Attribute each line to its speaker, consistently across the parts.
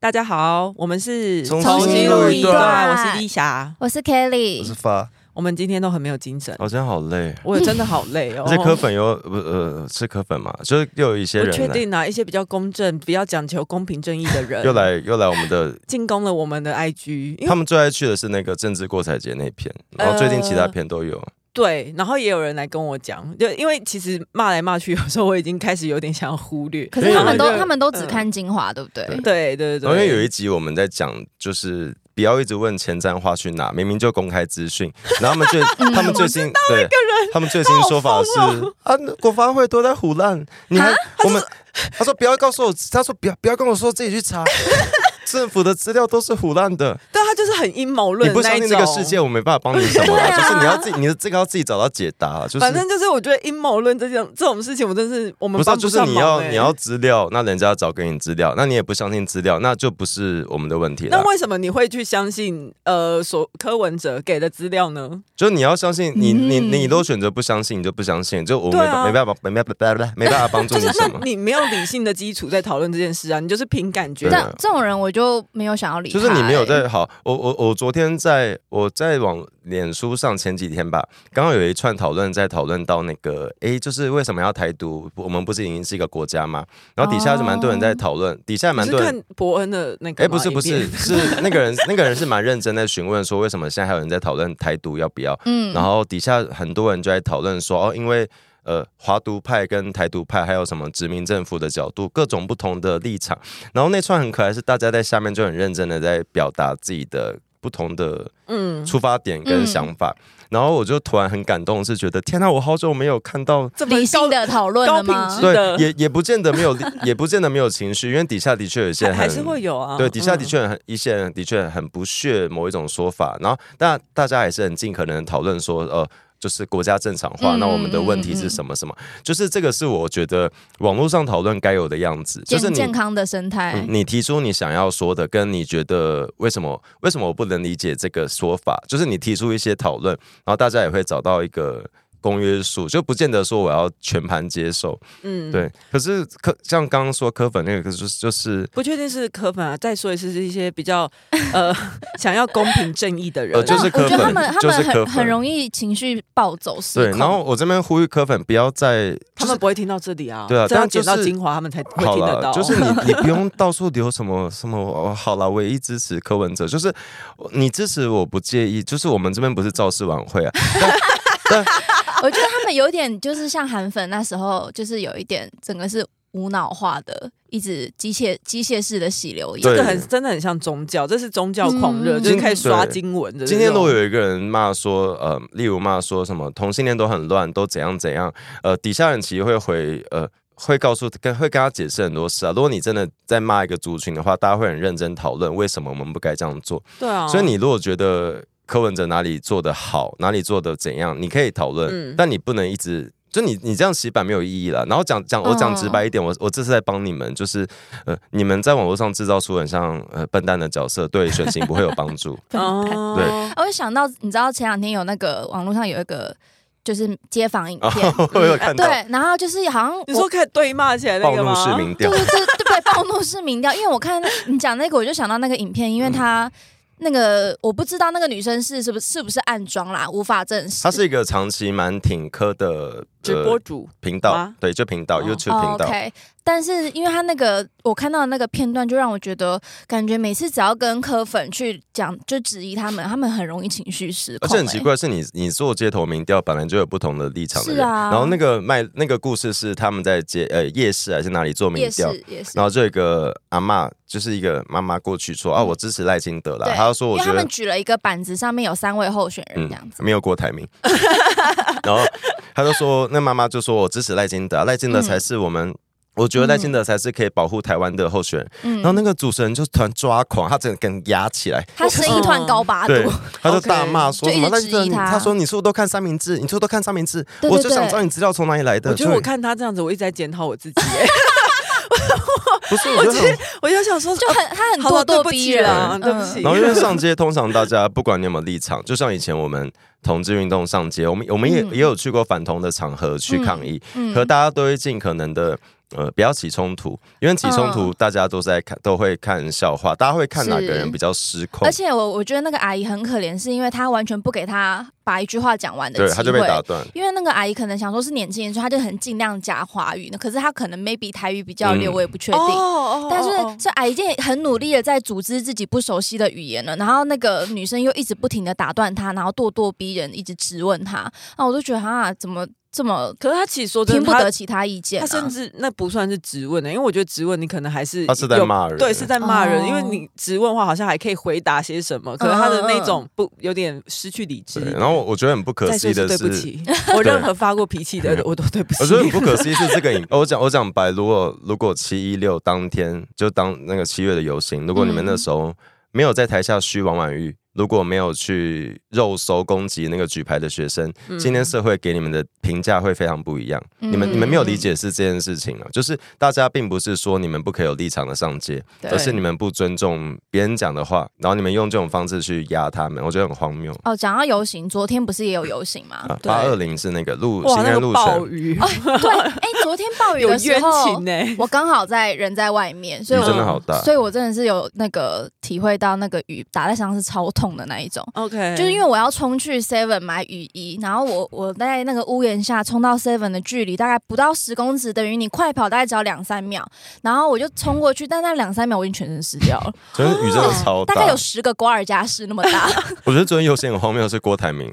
Speaker 1: 大家好，我们是
Speaker 2: 重
Speaker 3: 新录一段
Speaker 1: 我是丽霞，
Speaker 3: 我是 Kelly，
Speaker 2: 我是发，
Speaker 1: 我们今天都很没有精神，
Speaker 2: 我、今天好累，
Speaker 1: 我真的好累哦
Speaker 2: 而。且柯粉又不呃是柯粉嘛，就是又有一些
Speaker 1: 不
Speaker 2: 人
Speaker 1: 确
Speaker 2: 来
Speaker 1: 定啊，一些比较公正、比较讲求公平正义的人，
Speaker 2: 又来又来我们的，
Speaker 1: 进攻了我们的 IG，因
Speaker 2: 他
Speaker 1: 为呃
Speaker 2: 们最爱去的是那个政治过彩节那一篇，然后最近其他篇都有，
Speaker 1: 对，然后也有人来跟我讲，就因为其实骂来骂去，有时候我已经开始有点想要忽略。
Speaker 3: 可是他们
Speaker 1: 对
Speaker 3: 都
Speaker 1: 对
Speaker 3: 他们都只看精
Speaker 2: 嗯
Speaker 3: 华，对不对？
Speaker 1: 对对对，
Speaker 2: 然后因为有一集我们在讲就是。不要一直问前瞻花去哪，明明就公开资讯。然后他 们最他们最新对，他们最新说法是
Speaker 1: 哦
Speaker 2: 啊，国发会都在胡乱，你还我们他说不要告诉我，他说不要不要跟我说自己去查， 政府的资料都是胡乱的。
Speaker 1: 对他就是很阴谋论的
Speaker 2: 你不
Speaker 1: 那
Speaker 2: 相
Speaker 1: 一
Speaker 2: 信
Speaker 1: 种。
Speaker 2: 这个世界，我没办法帮你什么啦。
Speaker 3: 对啊
Speaker 2: 就是你要自己，你的这个要自己找到解答啦。啊就是
Speaker 1: 反正就是我觉得阴谋论这种这种事情，我真是我们
Speaker 2: 不是啊，
Speaker 1: 帮
Speaker 2: 就是
Speaker 1: 上
Speaker 2: 你
Speaker 1: 忙
Speaker 2: 要
Speaker 1: 欸
Speaker 2: 你要资料，那人家找给你资料，那你也不相信资料，那就不是我们的问题
Speaker 1: 那
Speaker 2: 了。
Speaker 1: 为什么你会去相信呃所柯文哲给的资料呢？
Speaker 2: 就是你要相信，你你
Speaker 3: 嗯
Speaker 2: 你都选择不相信，你就不相信，就我没
Speaker 1: 对啊
Speaker 2: 没办法没办法没办法没办法帮助
Speaker 1: 就
Speaker 2: 你
Speaker 1: 是
Speaker 2: 什
Speaker 1: 那
Speaker 2: 么。
Speaker 1: 你没有理性的基础在讨论这件事啊，你就是凭感觉
Speaker 2: 对。啊
Speaker 3: 但这种人我就没有想要理他、
Speaker 2: 就是你没有
Speaker 3: 欸
Speaker 2: 在好，我我我昨天在我在往脸书上前几天吧，刚刚有一串讨论在讨论到那个，诶，就是为什么要台独？我们不是已经是一个国家嘛？然后底下就蛮多人在讨论，底下
Speaker 1: 哦你
Speaker 2: 蛮
Speaker 1: 是
Speaker 2: 多人
Speaker 1: 看伯恩的那个
Speaker 2: 哎、
Speaker 1: 吗？
Speaker 2: 不是
Speaker 1: 影
Speaker 2: 不是，
Speaker 1: 片，
Speaker 2: 是那个人，那个人是蛮认真在询问说，为什么现在还有人在讨论台独要不要？
Speaker 3: 嗯
Speaker 2: 然后底下很多人就在讨论说，哦，因为呃，华独派跟台独派还有什么殖民政府的角度，各种不同的立场。然后那串很可爱，是大家在下面就很认真的在表达自己的不同的
Speaker 1: 嗯，
Speaker 2: 出发点跟
Speaker 3: 嗯
Speaker 2: 想法。然后我就突然很感动，是觉得天哪、我好久没有看到
Speaker 1: 这么
Speaker 3: 理性的讨论
Speaker 1: 高
Speaker 3: 了吗
Speaker 1: 品？质的
Speaker 2: 对，也也不见得没有，也不见得没有情绪，因为底下的确有一些
Speaker 1: 高
Speaker 2: 很
Speaker 1: 还是会有啊。
Speaker 2: 对，底下的
Speaker 1: 嗯
Speaker 2: 确很一些人的确很不屑某一种说法，然后但大家还是很尽可能地讨论说，呃，就是国家正常化，
Speaker 3: 嗯
Speaker 2: 那我们的问题
Speaker 3: 嗯
Speaker 2: 是
Speaker 3: 嗯
Speaker 2: 什么什么，就是这个是我觉得网络上讨论该有的样子，就
Speaker 3: 健
Speaker 2: 是你
Speaker 3: 健康的哎生态、
Speaker 2: 嗯你提出你想要说的，跟你觉得为什么为什么我不能理解这个说法，就是你提出一些讨论，然后大家也会找到一个公约数，就不见得说我要全盘接受，
Speaker 1: 嗯，
Speaker 2: 对。可是科像刚刚说科粉那个，就是就是
Speaker 1: 不确定是柯粉啊。再说一次，是一些比较 呃想要公平正义的人啊，
Speaker 2: 呃就
Speaker 3: 那
Speaker 2: 是
Speaker 3: 哦我觉
Speaker 2: 柯
Speaker 3: 得他
Speaker 2: 粉
Speaker 3: 们他
Speaker 2: 就
Speaker 3: 们
Speaker 2: 是柯
Speaker 3: 很
Speaker 2: 粉
Speaker 3: 很容易情绪暴走失
Speaker 2: 对，
Speaker 3: 控。
Speaker 2: 然后我这边呼吁柯粉不要再，
Speaker 1: 他们不会听到这里啊。
Speaker 2: 对啊
Speaker 1: 这样
Speaker 2: 但就
Speaker 1: 剪到
Speaker 2: 是
Speaker 1: 精华，他们才会
Speaker 2: 好
Speaker 1: 听得
Speaker 2: 了，
Speaker 1: 到。
Speaker 2: 就是 你你不用到处留什么什么，哦好了，唯一支持柯文哲，就是你支持我不介意，就是我们这边不是造势晚 会啊，
Speaker 3: 我觉得他们有点就是像韩粉那时候，就是有一点整个是无脑化的，一直机械机械式的洗流一样
Speaker 1: 这
Speaker 2: 对。
Speaker 1: 个很真的很像宗教，这是宗教狂热，
Speaker 3: 嗯
Speaker 1: 就是开始刷
Speaker 2: 对
Speaker 1: 经文的这种。
Speaker 2: 今天如果有一个人骂说，呃，例如骂说什么同性恋都很乱，都怎样怎样，呃，底下人其实会回，呃，会告诉跟会跟他解释很多事啊。如果你真的在骂一个族群的话，大家会很认真讨论为什么我们不该这样做。
Speaker 1: 对啊，
Speaker 2: 所以你如果觉得柯文哲哪里做的好，哪里做的怎样，你可以讨论，
Speaker 1: 嗯
Speaker 2: 但你不能一直。就你，你这样洗版没有意义了。然后讲讲，我讲
Speaker 3: 嗯
Speaker 2: 直白一点，我我这是在帮你们，就是呃，你们在网络上制造出很像呃笨蛋的角色，对选情不会有帮 助。
Speaker 1: 哦，
Speaker 2: 对
Speaker 3: 啊我就想到，你知道前两天有那个网络上有一个就是街访影
Speaker 2: 然
Speaker 3: 片，
Speaker 2: 后哦我有看 到
Speaker 3: 对，然后就是好像
Speaker 1: 你
Speaker 3: 我
Speaker 1: 说开始对骂起来那
Speaker 2: 暴
Speaker 1: 个吗？
Speaker 2: 怒式民
Speaker 3: 对
Speaker 2: 调，
Speaker 3: 对对对对，暴怒式民调，因为我看那你讲那个，我就想到那个影片，因
Speaker 2: 嗯
Speaker 3: 为他那个我不知道那个女生是是不是是不是暗装啦，无法证实。
Speaker 2: 他是一个长期蛮挺科的呃
Speaker 1: 直播主
Speaker 2: 频道
Speaker 1: 吗，
Speaker 2: 对，就频道
Speaker 1: 哦
Speaker 2: YouTube 频道，
Speaker 3: OK，但是因为他那个我看到的那个片段，就让我觉得，感觉每次只要跟柯粉去讲，就质疑他们，他们很容易情绪失
Speaker 2: 而
Speaker 3: 控、
Speaker 2: 且很奇
Speaker 3: 欸，
Speaker 2: 怪，是你你做街头民调，本来就有不同的立场的
Speaker 3: 是
Speaker 2: 人。
Speaker 3: 啊
Speaker 2: 然后那个卖那个故事是他们在街呃夜市还是哪里做民
Speaker 3: 也
Speaker 2: 调，
Speaker 3: 是也是
Speaker 2: 然。后就有一个阿嬷，就是一个妈妈过去说啊，我支持赖清德啦
Speaker 3: 嗯对，。
Speaker 2: 她就说我
Speaker 3: 因为
Speaker 2: 觉
Speaker 3: 他
Speaker 2: 得嗯
Speaker 3: 们举了一个板子，上面有三位候选人这样子。
Speaker 2: 没有郭台 铭。然后他就说，那妈妈就说我支持赖清德啊，赖清德
Speaker 3: 嗯
Speaker 2: 才是我们。我觉得赖清德才是可以保护台湾的候选人，
Speaker 3: 嗯，
Speaker 2: 然后那个主持人就突然抓狂，他整个人压起来，
Speaker 3: 他声
Speaker 1: 哦
Speaker 3: 音突然高八度，
Speaker 2: 对，他就大骂说
Speaker 3: 就
Speaker 2: 什么
Speaker 3: 一
Speaker 2: 赖
Speaker 3: 直
Speaker 2: 清德
Speaker 3: 质疑
Speaker 2: 你，
Speaker 3: 他
Speaker 2: 他说你是不是都看三明治？你是不是都看三明治？
Speaker 3: 对对
Speaker 2: 我就想
Speaker 3: 对
Speaker 2: 知道你资料从哪里来的。
Speaker 1: 我觉得
Speaker 2: 所以
Speaker 1: 我看他这样子，我一直在检讨我自己、欸，
Speaker 2: 不是，我就很
Speaker 1: 我就想说，
Speaker 3: 就很他很
Speaker 1: 好了
Speaker 3: 咄
Speaker 1: 对
Speaker 3: 咄
Speaker 1: 不
Speaker 3: 逼
Speaker 1: 起
Speaker 3: 人
Speaker 1: 啦，对不
Speaker 3: 嗯
Speaker 1: 起
Speaker 2: 然后因为上街，通常大家不管你有没有立场，就像以前我们同志运动上街，我们我们也、
Speaker 3: 嗯
Speaker 2: 也有去过反同的场合去抗议，
Speaker 3: 嗯
Speaker 2: 可大家都会尽可能的。呃，不要起冲突，因为起冲突，大家都在看，都会看笑话，大家会看哪个人
Speaker 3: 是
Speaker 2: 比较失控
Speaker 3: 而，且我我觉得那个阿姨很可怜，是因为她完全不给她把一句话讲完的
Speaker 2: 对，
Speaker 3: 机
Speaker 2: 他就被打
Speaker 3: 会。
Speaker 2: 断。
Speaker 3: 因为那个阿姨可能想说是年轻人，所以她就很尽量加华语呢。可是她可能 maybe 台语比较溜，
Speaker 2: 嗯
Speaker 3: 我也不确定。
Speaker 1: 哦
Speaker 3: 但是，所以阿姨也很努力的在组织自己不熟悉的语言了，然后那个女生又一直不停的打断她，然后咄咄逼人，一直质问她。那我就觉得啊，怎么这么
Speaker 1: 可是他其实说真的，
Speaker 3: 听不得其他意见、
Speaker 1: 他
Speaker 3: 啊？
Speaker 1: 甚至那不算是质问欸的、因为我觉得质问你可能还是
Speaker 2: 他是在
Speaker 1: 有
Speaker 2: 骂人
Speaker 1: 对，是在骂人，
Speaker 3: 哦
Speaker 1: 因为你质问的话好像还可以回答些什么，可是他的那种
Speaker 3: 嗯
Speaker 1: 不有点失去理智
Speaker 2: 对，。然后我我觉得很不可
Speaker 1: 再说
Speaker 2: 思议
Speaker 1: 一次
Speaker 2: 的
Speaker 1: 对
Speaker 2: 是，
Speaker 1: 不起，我任何发过脾气的
Speaker 2: 对
Speaker 1: 我都对不起。
Speaker 2: 我觉得很不可思议是这个影，我讲我讲白，如果如果七一六当天就当那个七月的游行，如果你们那
Speaker 1: 嗯
Speaker 2: 时候没有在台下嘘王婉玉，如果没有去肉搜攻击那个举牌的学生，今
Speaker 1: 嗯
Speaker 2: 天社会给你们的评价会非常不一样。
Speaker 3: 嗯
Speaker 2: 你们你们没有理解是这件事情啊，就是大家并不是说你们不可以有立场的上街，
Speaker 3: 对
Speaker 2: 而是你们不尊重别人讲的话，然后你们用这种方式去压他们，我觉得很荒谬。
Speaker 3: 哦，讲到游行，昨天不是也有游行吗？
Speaker 2: 啊，
Speaker 1: 对
Speaker 2: 八二零是那个路
Speaker 1: 哇，
Speaker 2: 新
Speaker 1: 那
Speaker 2: 安
Speaker 1: 个
Speaker 2: 路
Speaker 1: 暴
Speaker 2: 权，
Speaker 1: 雨
Speaker 3: 对，哎、昨天暴雨
Speaker 1: 有
Speaker 3: 的时
Speaker 1: 冤
Speaker 3: 候
Speaker 1: 情，欸呢，
Speaker 3: 我刚好在人在外面，所以
Speaker 2: 雨
Speaker 3: 我
Speaker 2: 真的啊好大。
Speaker 3: 所以我真的是有那个体会到那个雨打在身上是超痛的那一种。
Speaker 1: OK，
Speaker 3: 就是因为我要冲去 Seven 买雨衣，然后我我在那个屋檐下冲到 Seven 的距离大概不到十公尺，等于你快跑大概只要两三秒，然后我就冲过去，但那两三秒我已经全身湿掉了，
Speaker 2: 昨天雨真的超
Speaker 3: 哦大
Speaker 2: 大，
Speaker 3: 概有十个瓜尔佳氏那么大。
Speaker 2: 我觉得昨天有些很荒谬的是郭台 铭，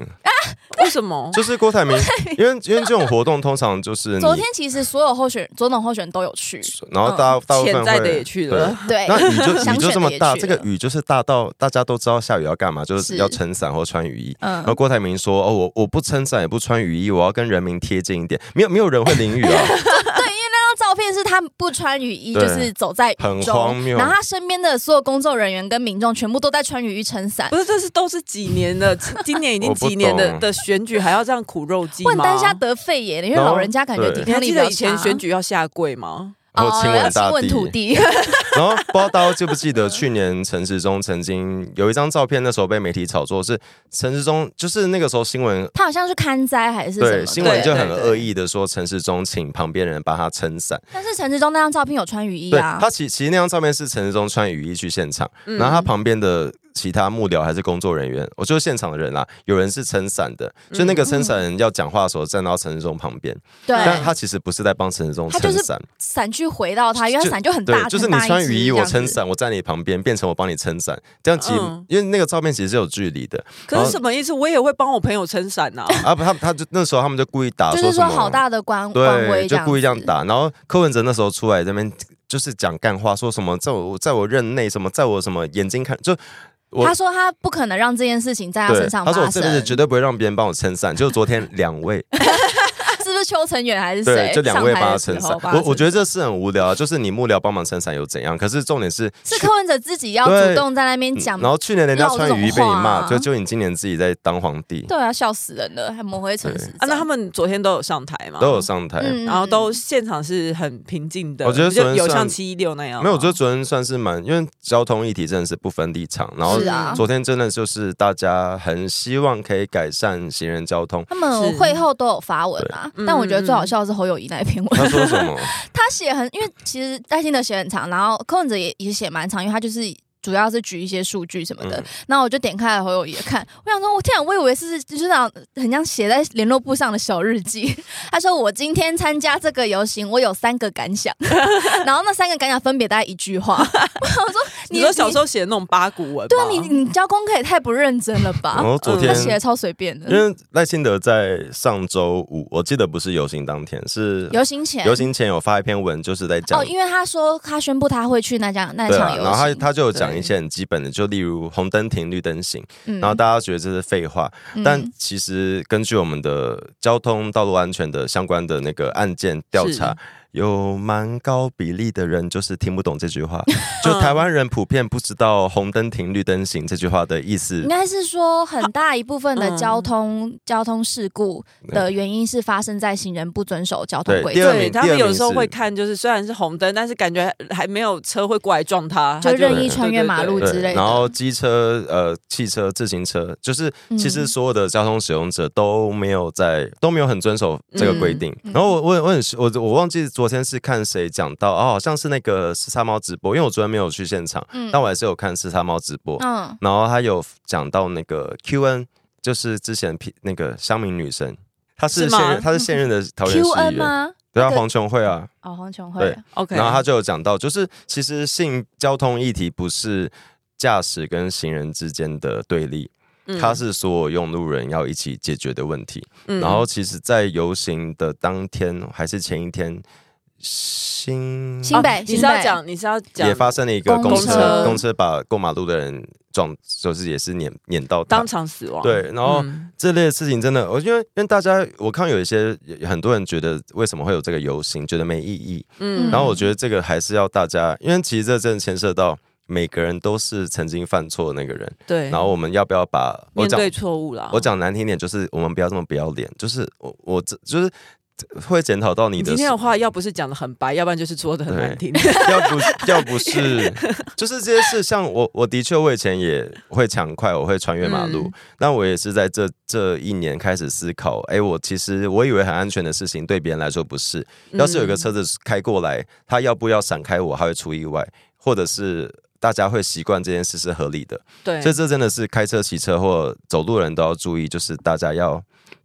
Speaker 1: 为什么？
Speaker 2: 就是郭台铭，因为因为这种活动通常 就是你
Speaker 3: 昨天其实所有候选总统候选人都有去，
Speaker 2: 然后大家大
Speaker 1: 嗯
Speaker 2: 部
Speaker 1: 潜
Speaker 2: 分
Speaker 1: 在的
Speaker 2: 会
Speaker 1: 也去了，
Speaker 3: 对，
Speaker 2: 那雨就
Speaker 3: 哎想
Speaker 2: 雨就这
Speaker 3: 选
Speaker 2: 么
Speaker 3: 的也
Speaker 2: 大，
Speaker 3: 去
Speaker 2: 这个
Speaker 3: 了
Speaker 2: 雨就是大到大家都知道下雨要干嘛，就是是要撑伞或穿雨衣。然后
Speaker 3: 嗯，
Speaker 2: 郭台铭说：“哦，我我不撑伞也不穿雨衣，我要跟人民贴近一点。没有没有人会淋雨 啊，
Speaker 3: 那张照片是他不穿雨衣，
Speaker 2: 对
Speaker 3: 就是走在雨
Speaker 2: 很荒
Speaker 3: 中，
Speaker 2: 谬
Speaker 3: 然后他身边的所有工作人员跟民众全部都在穿雨衣撑伞
Speaker 1: 不。是，这是都是几年的，今年已经
Speaker 2: 我不
Speaker 1: 几年的
Speaker 2: 懂
Speaker 1: 的选举还要这样苦肉计
Speaker 3: 问
Speaker 1: 吗？
Speaker 3: 丹下得肺炎了，因为老人家感觉
Speaker 2: 对
Speaker 3: 抵
Speaker 1: 你还
Speaker 3: 抗力
Speaker 1: 记
Speaker 3: 比较啊
Speaker 1: 得
Speaker 3: 差。哦
Speaker 1: 以前选举要下跪吗？
Speaker 2: 然后亲吻大
Speaker 3: 要亲
Speaker 2: 地。
Speaker 3: 土地，
Speaker 2: 然后不知道大家记不记得去年陈时中曾经有一张照片，那时候被媒体炒作是陈时中，就是那个时候新闻
Speaker 3: 他好像是看灾还是什
Speaker 2: 对
Speaker 3: 么？
Speaker 2: 新闻就很
Speaker 1: 对对对
Speaker 2: 恶意的说陈时中请旁边人帮他撑伞。”
Speaker 3: 但是陈志忠那张照片有穿雨衣
Speaker 2: 对
Speaker 3: 啊，
Speaker 2: 他其其实那张照片是陈时中穿雨衣去现场，
Speaker 1: 嗯
Speaker 2: 然后他旁边的其他幕僚还是工作人员，我就是现场的人啦、有人是撑伞的，
Speaker 3: 嗯
Speaker 2: 所以那个撑伞人要讲话的时候站到陈时中旁边，
Speaker 3: 对，
Speaker 2: 但他其实不是在帮陈时中
Speaker 3: 他就
Speaker 2: 撑
Speaker 3: 是
Speaker 2: 伞，
Speaker 3: 伞去回到他，因为他伞就很
Speaker 2: 对
Speaker 3: 大，，
Speaker 2: 就是
Speaker 3: 很
Speaker 2: 你
Speaker 3: 大
Speaker 2: 穿
Speaker 3: 一只
Speaker 2: 雨衣，
Speaker 3: 这
Speaker 2: 我
Speaker 3: 样子
Speaker 2: 撑。伞，我在你旁边，变成我帮你撑伞，这样其实、
Speaker 1: 嗯
Speaker 2: 因为那个照片其实是有距离的
Speaker 1: 可是什么意思？我也会帮我朋友撑伞 呐。
Speaker 2: 啊，不，他他就那时候他们就故意打
Speaker 3: 就
Speaker 2: 啊说
Speaker 3: 是
Speaker 2: 什么
Speaker 3: 说好大的官官威
Speaker 2: 对，
Speaker 3: 这
Speaker 2: 就
Speaker 3: 样子，
Speaker 2: 故意这样打。然后柯文哲那时候出来这边就是讲干话，说什么在我在我任内什么，在我什么眼睛看就。我
Speaker 3: 他说他不可能让这件事情在他
Speaker 2: 对，
Speaker 3: 身上
Speaker 2: 他
Speaker 3: 发
Speaker 2: 说我
Speaker 3: 生，
Speaker 2: 这辈子绝对不会让别人帮我撑伞。就昨天两位，
Speaker 3: 是不是邱成远还是 谁
Speaker 2: 对，？就两位帮他
Speaker 3: 上
Speaker 2: 撑
Speaker 3: 台的时
Speaker 2: 伞
Speaker 3: 候。帮他
Speaker 2: 我我觉得
Speaker 3: 撑伞
Speaker 2: 这是很无聊啊，就是你幕僚帮忙撑伞又怎样？可是重点是
Speaker 3: 是柯文哲自己要
Speaker 2: 对
Speaker 3: 主动在那边
Speaker 2: 嗯
Speaker 3: 讲，
Speaker 2: 然后去年人家穿雨衣被你
Speaker 3: 闹这种话啊
Speaker 2: 骂，就就你今年自己在当皇帝，
Speaker 3: 对啊，笑死人了，还抹黑陈
Speaker 2: 对
Speaker 3: 时
Speaker 1: 啊，
Speaker 3: 中
Speaker 1: 那他们昨天都有上台吗？
Speaker 2: 都有上台。
Speaker 3: 嗯
Speaker 1: 然后都现场是很平静的，
Speaker 2: 我觉得
Speaker 1: 就
Speaker 2: 昨天
Speaker 1: 有
Speaker 2: 算
Speaker 1: 像七一六那样吗，
Speaker 2: 没有，我觉得昨天算是蛮，因为交通议题真的是不分立场，然后
Speaker 3: 是啊
Speaker 2: 昨天真的就是大家很希望可以改善行人交 通。
Speaker 3: 他们
Speaker 1: 是嗯
Speaker 3: 会后都有发文啊，
Speaker 1: 对
Speaker 3: 但我觉得最好笑的是侯友谊那一篇文，
Speaker 2: 他说什么？
Speaker 3: 哦他写很，因为其实戴信的写很长，然后柯文哲也也写蛮长，因为他就是。主要是举一些数据什么
Speaker 2: 嗯
Speaker 3: 的。那我就点开来回我也看，我想说，我天啊，我以为是就是那种很像写在联络簿上的小日记。 他说我今天参加这个游行，我有三个感想， 然后那三个感想分别大概一句话。 我想说，
Speaker 1: 你说小时候写的那种八股文吧，
Speaker 3: 对啊，你你教功课也太不认真了吧？
Speaker 2: 然后昨天
Speaker 3: 他写的超随便
Speaker 2: 因
Speaker 3: 的，
Speaker 2: 为赖清德在上周五，我记得不是游行当天，是
Speaker 3: 游行前
Speaker 2: 游行前有发一篇文，就是在讲
Speaker 3: 哦，因为他说他宣布他会去那家那
Speaker 2: 对
Speaker 3: 场
Speaker 2: 啊，
Speaker 3: 游
Speaker 2: 然后他
Speaker 3: 行，
Speaker 2: 他就有讲
Speaker 1: 对
Speaker 2: 一些很基本的，就例如红灯停，绿灯行，
Speaker 3: 嗯
Speaker 2: 然后大家觉得这是废话，
Speaker 3: 嗯
Speaker 2: 但其实根据我们的交通道路安全的相关的那个案件调查
Speaker 1: 是，
Speaker 2: 有蛮高比例的人就是听不懂这句 话，
Speaker 3: 嗯
Speaker 2: 就台湾人普遍不知道红灯停，绿灯行这句话的意思
Speaker 3: 应。该是说很大一部
Speaker 2: 啊
Speaker 3: 分的
Speaker 1: 嗯
Speaker 3: 交通、交通事故的原因是发生在行人不遵守交通
Speaker 2: 对
Speaker 3: 规
Speaker 2: 第
Speaker 3: 则
Speaker 2: 二，
Speaker 1: 对
Speaker 2: 名
Speaker 1: 他
Speaker 2: 第
Speaker 1: 们
Speaker 2: 二
Speaker 1: 有
Speaker 2: 名
Speaker 1: 时候
Speaker 2: 是
Speaker 1: 会看，就是虽然是红灯，但是感觉还没有车会过来撞他，
Speaker 3: 就
Speaker 1: 他
Speaker 3: 任意穿越
Speaker 1: 对对
Speaker 3: 马
Speaker 1: 对
Speaker 3: 路之类的。
Speaker 2: 然后机车、呃，汽车、自行车，就是其实
Speaker 3: 嗯
Speaker 2: 所有的交通使用者都没有在都没有很遵守这个规定。
Speaker 3: 嗯
Speaker 2: 然后我我我很我我忘记昨天是看谁讲到哦，好像是那个四叉猫直播，因为我昨天没有去现场，
Speaker 3: 嗯
Speaker 2: 但我还是有看四叉猫直播。
Speaker 3: 嗯，
Speaker 2: 然后他有讲到那个 QN，就是之前 P 那个乡民女神，她是
Speaker 1: 是吗
Speaker 2: 现任她是现任的桃园
Speaker 3: Q
Speaker 2: 市
Speaker 3: N
Speaker 2: 议员，
Speaker 3: 吗？
Speaker 2: 对啊，
Speaker 3: 那个
Speaker 2: 黄琼慧啊，
Speaker 3: 哦，黄琼
Speaker 2: 对
Speaker 3: 慧，
Speaker 1: OK，
Speaker 2: 然后他就有讲到，就是其实性交通议题不是驾驶跟行人之间的对立，
Speaker 1: 嗯
Speaker 2: 它是所有用路人要一起解决的问题。
Speaker 1: 嗯
Speaker 2: 然后其实，在游行的当天还是前一天，新
Speaker 3: 新北
Speaker 1: 哦你
Speaker 3: 新
Speaker 1: 是
Speaker 3: 北
Speaker 1: 要讲，你是要讲
Speaker 2: 也发生了一个
Speaker 3: 公
Speaker 2: 公
Speaker 1: 车
Speaker 2: 车，公车把过马路的人撞，就是也是碾碾到他
Speaker 1: 当。场死亡，
Speaker 2: 啊对，然后
Speaker 1: 嗯
Speaker 2: 这类的事情真的，我因为因为大家，我看有一些有很多人觉得为什么会有这个游行，觉得没意义，
Speaker 1: 嗯
Speaker 2: 然后我觉得这个还是要大家，因为其实这真的牵涉到每个人都是曾经犯错的那个人。
Speaker 1: 对，
Speaker 2: 然后我们要不要把我
Speaker 1: 面
Speaker 2: 讲
Speaker 1: 对哦错误啦，
Speaker 2: 我讲难听点，就是我们不要这么不要脸，就是我我这就是会检讨到你
Speaker 1: 你
Speaker 2: 的
Speaker 1: 今天的
Speaker 2: 事，
Speaker 1: 话，要不是讲的很白，要不然就是说的很难听。
Speaker 2: 要不要不是就是这些事，像我我的确我以前也会抢快，我会穿越马路
Speaker 1: 嗯，
Speaker 2: 那、我也是在这这一年开始思考，哎，我其实我以为很安全的事情，对别人来说不是， 要是有一
Speaker 1: 嗯
Speaker 2: 个车子开过来，他要不要闪开我，还会出意外，或者是大家会习惯这件事是合理的。
Speaker 1: 对，
Speaker 2: 所以这真的是开车、骑车或走路人都要注意，就是大家要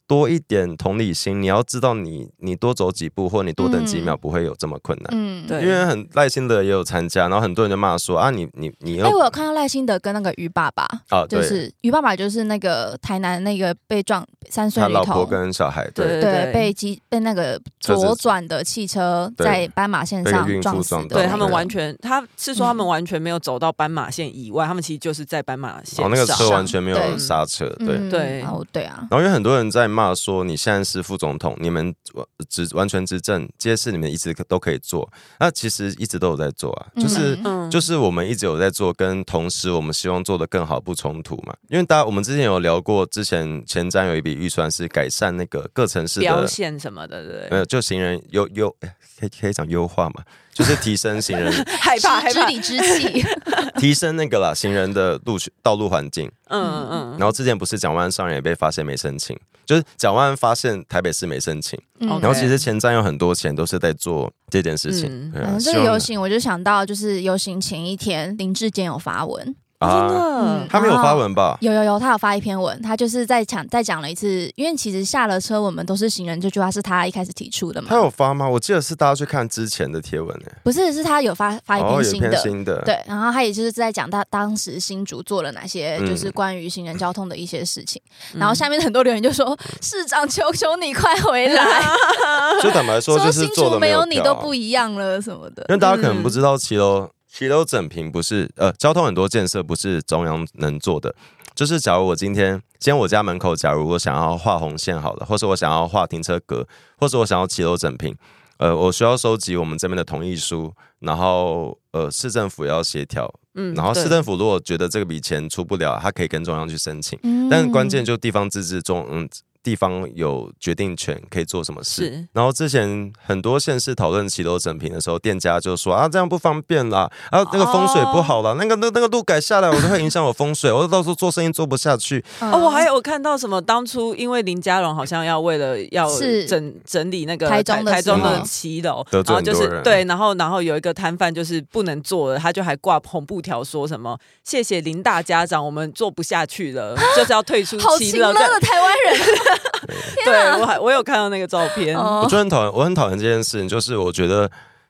Speaker 2: 多一点同理心，你要知道你你多走几步或你多等
Speaker 1: 嗯
Speaker 2: 几秒不会有这么困难。
Speaker 3: 嗯，
Speaker 1: 对
Speaker 2: 因为很耐心的也有参加，然后很多人就骂说啊，你你你又
Speaker 3: 哎，我有看到赖清德跟那个于爸爸，
Speaker 2: 啊，
Speaker 3: 就
Speaker 2: 对，
Speaker 3: 是于爸爸就是那个台南那个被撞三岁
Speaker 2: 他
Speaker 3: 女
Speaker 2: 老婆
Speaker 3: 童，
Speaker 2: 跟小孩对
Speaker 1: 对
Speaker 3: 对，被机被那个
Speaker 2: 车子
Speaker 3: 左转的汽车
Speaker 2: 对
Speaker 3: 在斑马线
Speaker 2: 被
Speaker 3: 上
Speaker 2: 孕妇
Speaker 3: 撞死
Speaker 2: 撞
Speaker 3: 的，
Speaker 2: 到
Speaker 1: 对他们
Speaker 2: 对啊
Speaker 1: 完全，他是说他们完全没有走到斑马线以外，他们其实就是在斑马线上。
Speaker 2: 然后哦那个车完
Speaker 3: 往
Speaker 2: 全没
Speaker 3: 对
Speaker 2: 有刹车，对，
Speaker 3: 嗯
Speaker 1: 对
Speaker 3: 哦，对啊，
Speaker 2: 然后有很多人在骂说，你现在是副总统，你们完执完全执政，这些事你们一直都可以做。那其实一直都有在做啊，就是、
Speaker 3: 嗯
Speaker 1: 嗯，
Speaker 2: 就是我们一直有在做，跟同时我们希望做的更好不冲突嘛。因为大家我们之前有聊过，之前前瞻有一笔预算是改善那个各城市
Speaker 1: 标
Speaker 2: 的。
Speaker 1: 线什么的，对不
Speaker 2: 没有，
Speaker 1: 对，
Speaker 2: 就行人优优，哎可以可以讲优化嘛，就是提升行 人，
Speaker 1: 害怕害
Speaker 3: 知
Speaker 1: 怕，嗯
Speaker 3: 知理知 气，
Speaker 2: 提升那个啦，行人的路道路环境。
Speaker 1: 嗯嗯，
Speaker 2: 然后之前不是蒋万安上任也被发现没申请，就是蒋万安发现台北市没申请，
Speaker 3: 嗯
Speaker 2: 然后
Speaker 1: OK
Speaker 2: 其实前瞻有很多钱都是在做这件事情。
Speaker 1: 嗯
Speaker 2: 对啊
Speaker 3: 反正这
Speaker 2: 希
Speaker 3: 个
Speaker 2: 望
Speaker 3: 游行，我就想到就是游行前一天，林志坚有发文，
Speaker 1: 真
Speaker 2: 啊，
Speaker 1: 的
Speaker 3: 嗯，
Speaker 2: 他没有发文吧？
Speaker 3: 有有有，他有发一篇文，他就是在讲再讲了一次，因为其实下了车我们都是行人这句话是他一开始提出的嘛
Speaker 2: 他，有发吗？我记得是大家去看之前的贴文诶、
Speaker 3: 不是是他有发发一
Speaker 2: 哦，
Speaker 3: 篇
Speaker 2: 有一
Speaker 3: 新
Speaker 2: 篇
Speaker 3: 的。
Speaker 2: 新的，
Speaker 3: 对，然后他也就是在讲他当时新竹做了哪些，
Speaker 2: 嗯
Speaker 3: 就是关于行人交通的一些事情。
Speaker 1: 嗯
Speaker 3: 然后下面很多留言就
Speaker 2: 嗯
Speaker 3: 说：“市长，求求你快回来，
Speaker 2: 就坦白 说，就是
Speaker 3: 新
Speaker 2: 做
Speaker 3: 竹
Speaker 2: 的
Speaker 3: 没
Speaker 2: 有
Speaker 3: 有你都
Speaker 2: 票啊
Speaker 3: 不一样了什么的。
Speaker 2: 因为大家可
Speaker 1: 嗯
Speaker 2: 能不知道骑楼，骑楼整平不是呃，交通很多建设不是中央能做的。就是假如我今天，今天我家门口，假如我想要画红线好了，或是我想要画停车格，或是我想要骑楼整平，呃，我需要收集我们这边的同意书，然后呃，市政府也要协调，
Speaker 1: 嗯
Speaker 2: 然后市
Speaker 1: 对
Speaker 2: 政府如果觉得这个笔钱出不了，他可以跟中央去申请。
Speaker 3: 嗯”
Speaker 2: 但关键就地方自治中，嗯，地方有决定权，可以做什么事。
Speaker 1: 是
Speaker 2: 然后之前很多县市讨论骑楼整平的时候，店家就说啊这样不方便啦，啊那个风水不好啦，那个那那个路改下来，我都会影响我风水，我到时候做生意做不下去。
Speaker 3: 嗯
Speaker 1: 哦，我还有看到什么？当初因为林佳龙好像要为了要
Speaker 3: 是
Speaker 1: 整整理那个
Speaker 3: 台中的
Speaker 1: 台中
Speaker 2: 骑
Speaker 1: 的
Speaker 2: 楼
Speaker 1: 骑楼，
Speaker 2: 得
Speaker 1: 然后
Speaker 2: 罪很多
Speaker 1: 就
Speaker 2: 人
Speaker 1: 是对，然后然后有一个摊贩就是不能做了，他就还挂红布条说什么“谢谢林大家长，我们做不下去 了，就是要退出
Speaker 3: 嗯好
Speaker 1: 骑
Speaker 3: 勤劳
Speaker 1: 楼”这样
Speaker 3: 的。台湾 人
Speaker 1: 对我还我有看到那个照片，
Speaker 2: 我
Speaker 3: 哦，
Speaker 2: 就很讨厌，我很讨厌这件事情，就是我觉得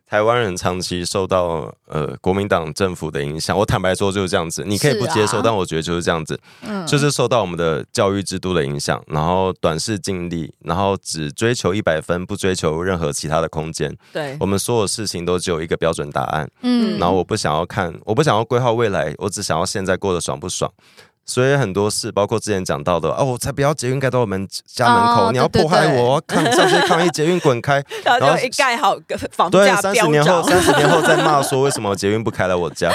Speaker 2: 台湾人长期受到呃国民党政府的影响。我坦白说就是这样子，你可以不接
Speaker 3: 是
Speaker 2: 受，
Speaker 3: 啊
Speaker 2: 但我觉得就是这样子，
Speaker 3: 嗯
Speaker 2: 就是受到我们的教育制度的影响，然后短视尽力，然后只追求一百分，不追求任何其他的空间。
Speaker 1: 对
Speaker 2: 我，们所有事情都只有一个标准答案，
Speaker 3: 嗯
Speaker 2: 然后我不想要看，我不想要规划未来，我只想要现在过得爽不爽。所以很多事，包括之前讲到的，哦，我才不要捷运盖到我们家门口，
Speaker 3: 哦
Speaker 2: 你要
Speaker 3: 对对
Speaker 2: 迫害
Speaker 3: 对
Speaker 2: 我，我要抗上街抗议捷运滚 开，
Speaker 1: 然
Speaker 2: 然
Speaker 1: 后
Speaker 2: 后
Speaker 1: 就一盖好个房
Speaker 2: 对，
Speaker 1: 价
Speaker 2: 三十
Speaker 1: 飙
Speaker 2: 年后，
Speaker 1: 涨，
Speaker 2: 三十年后再 骂说为什么捷运不开来我家，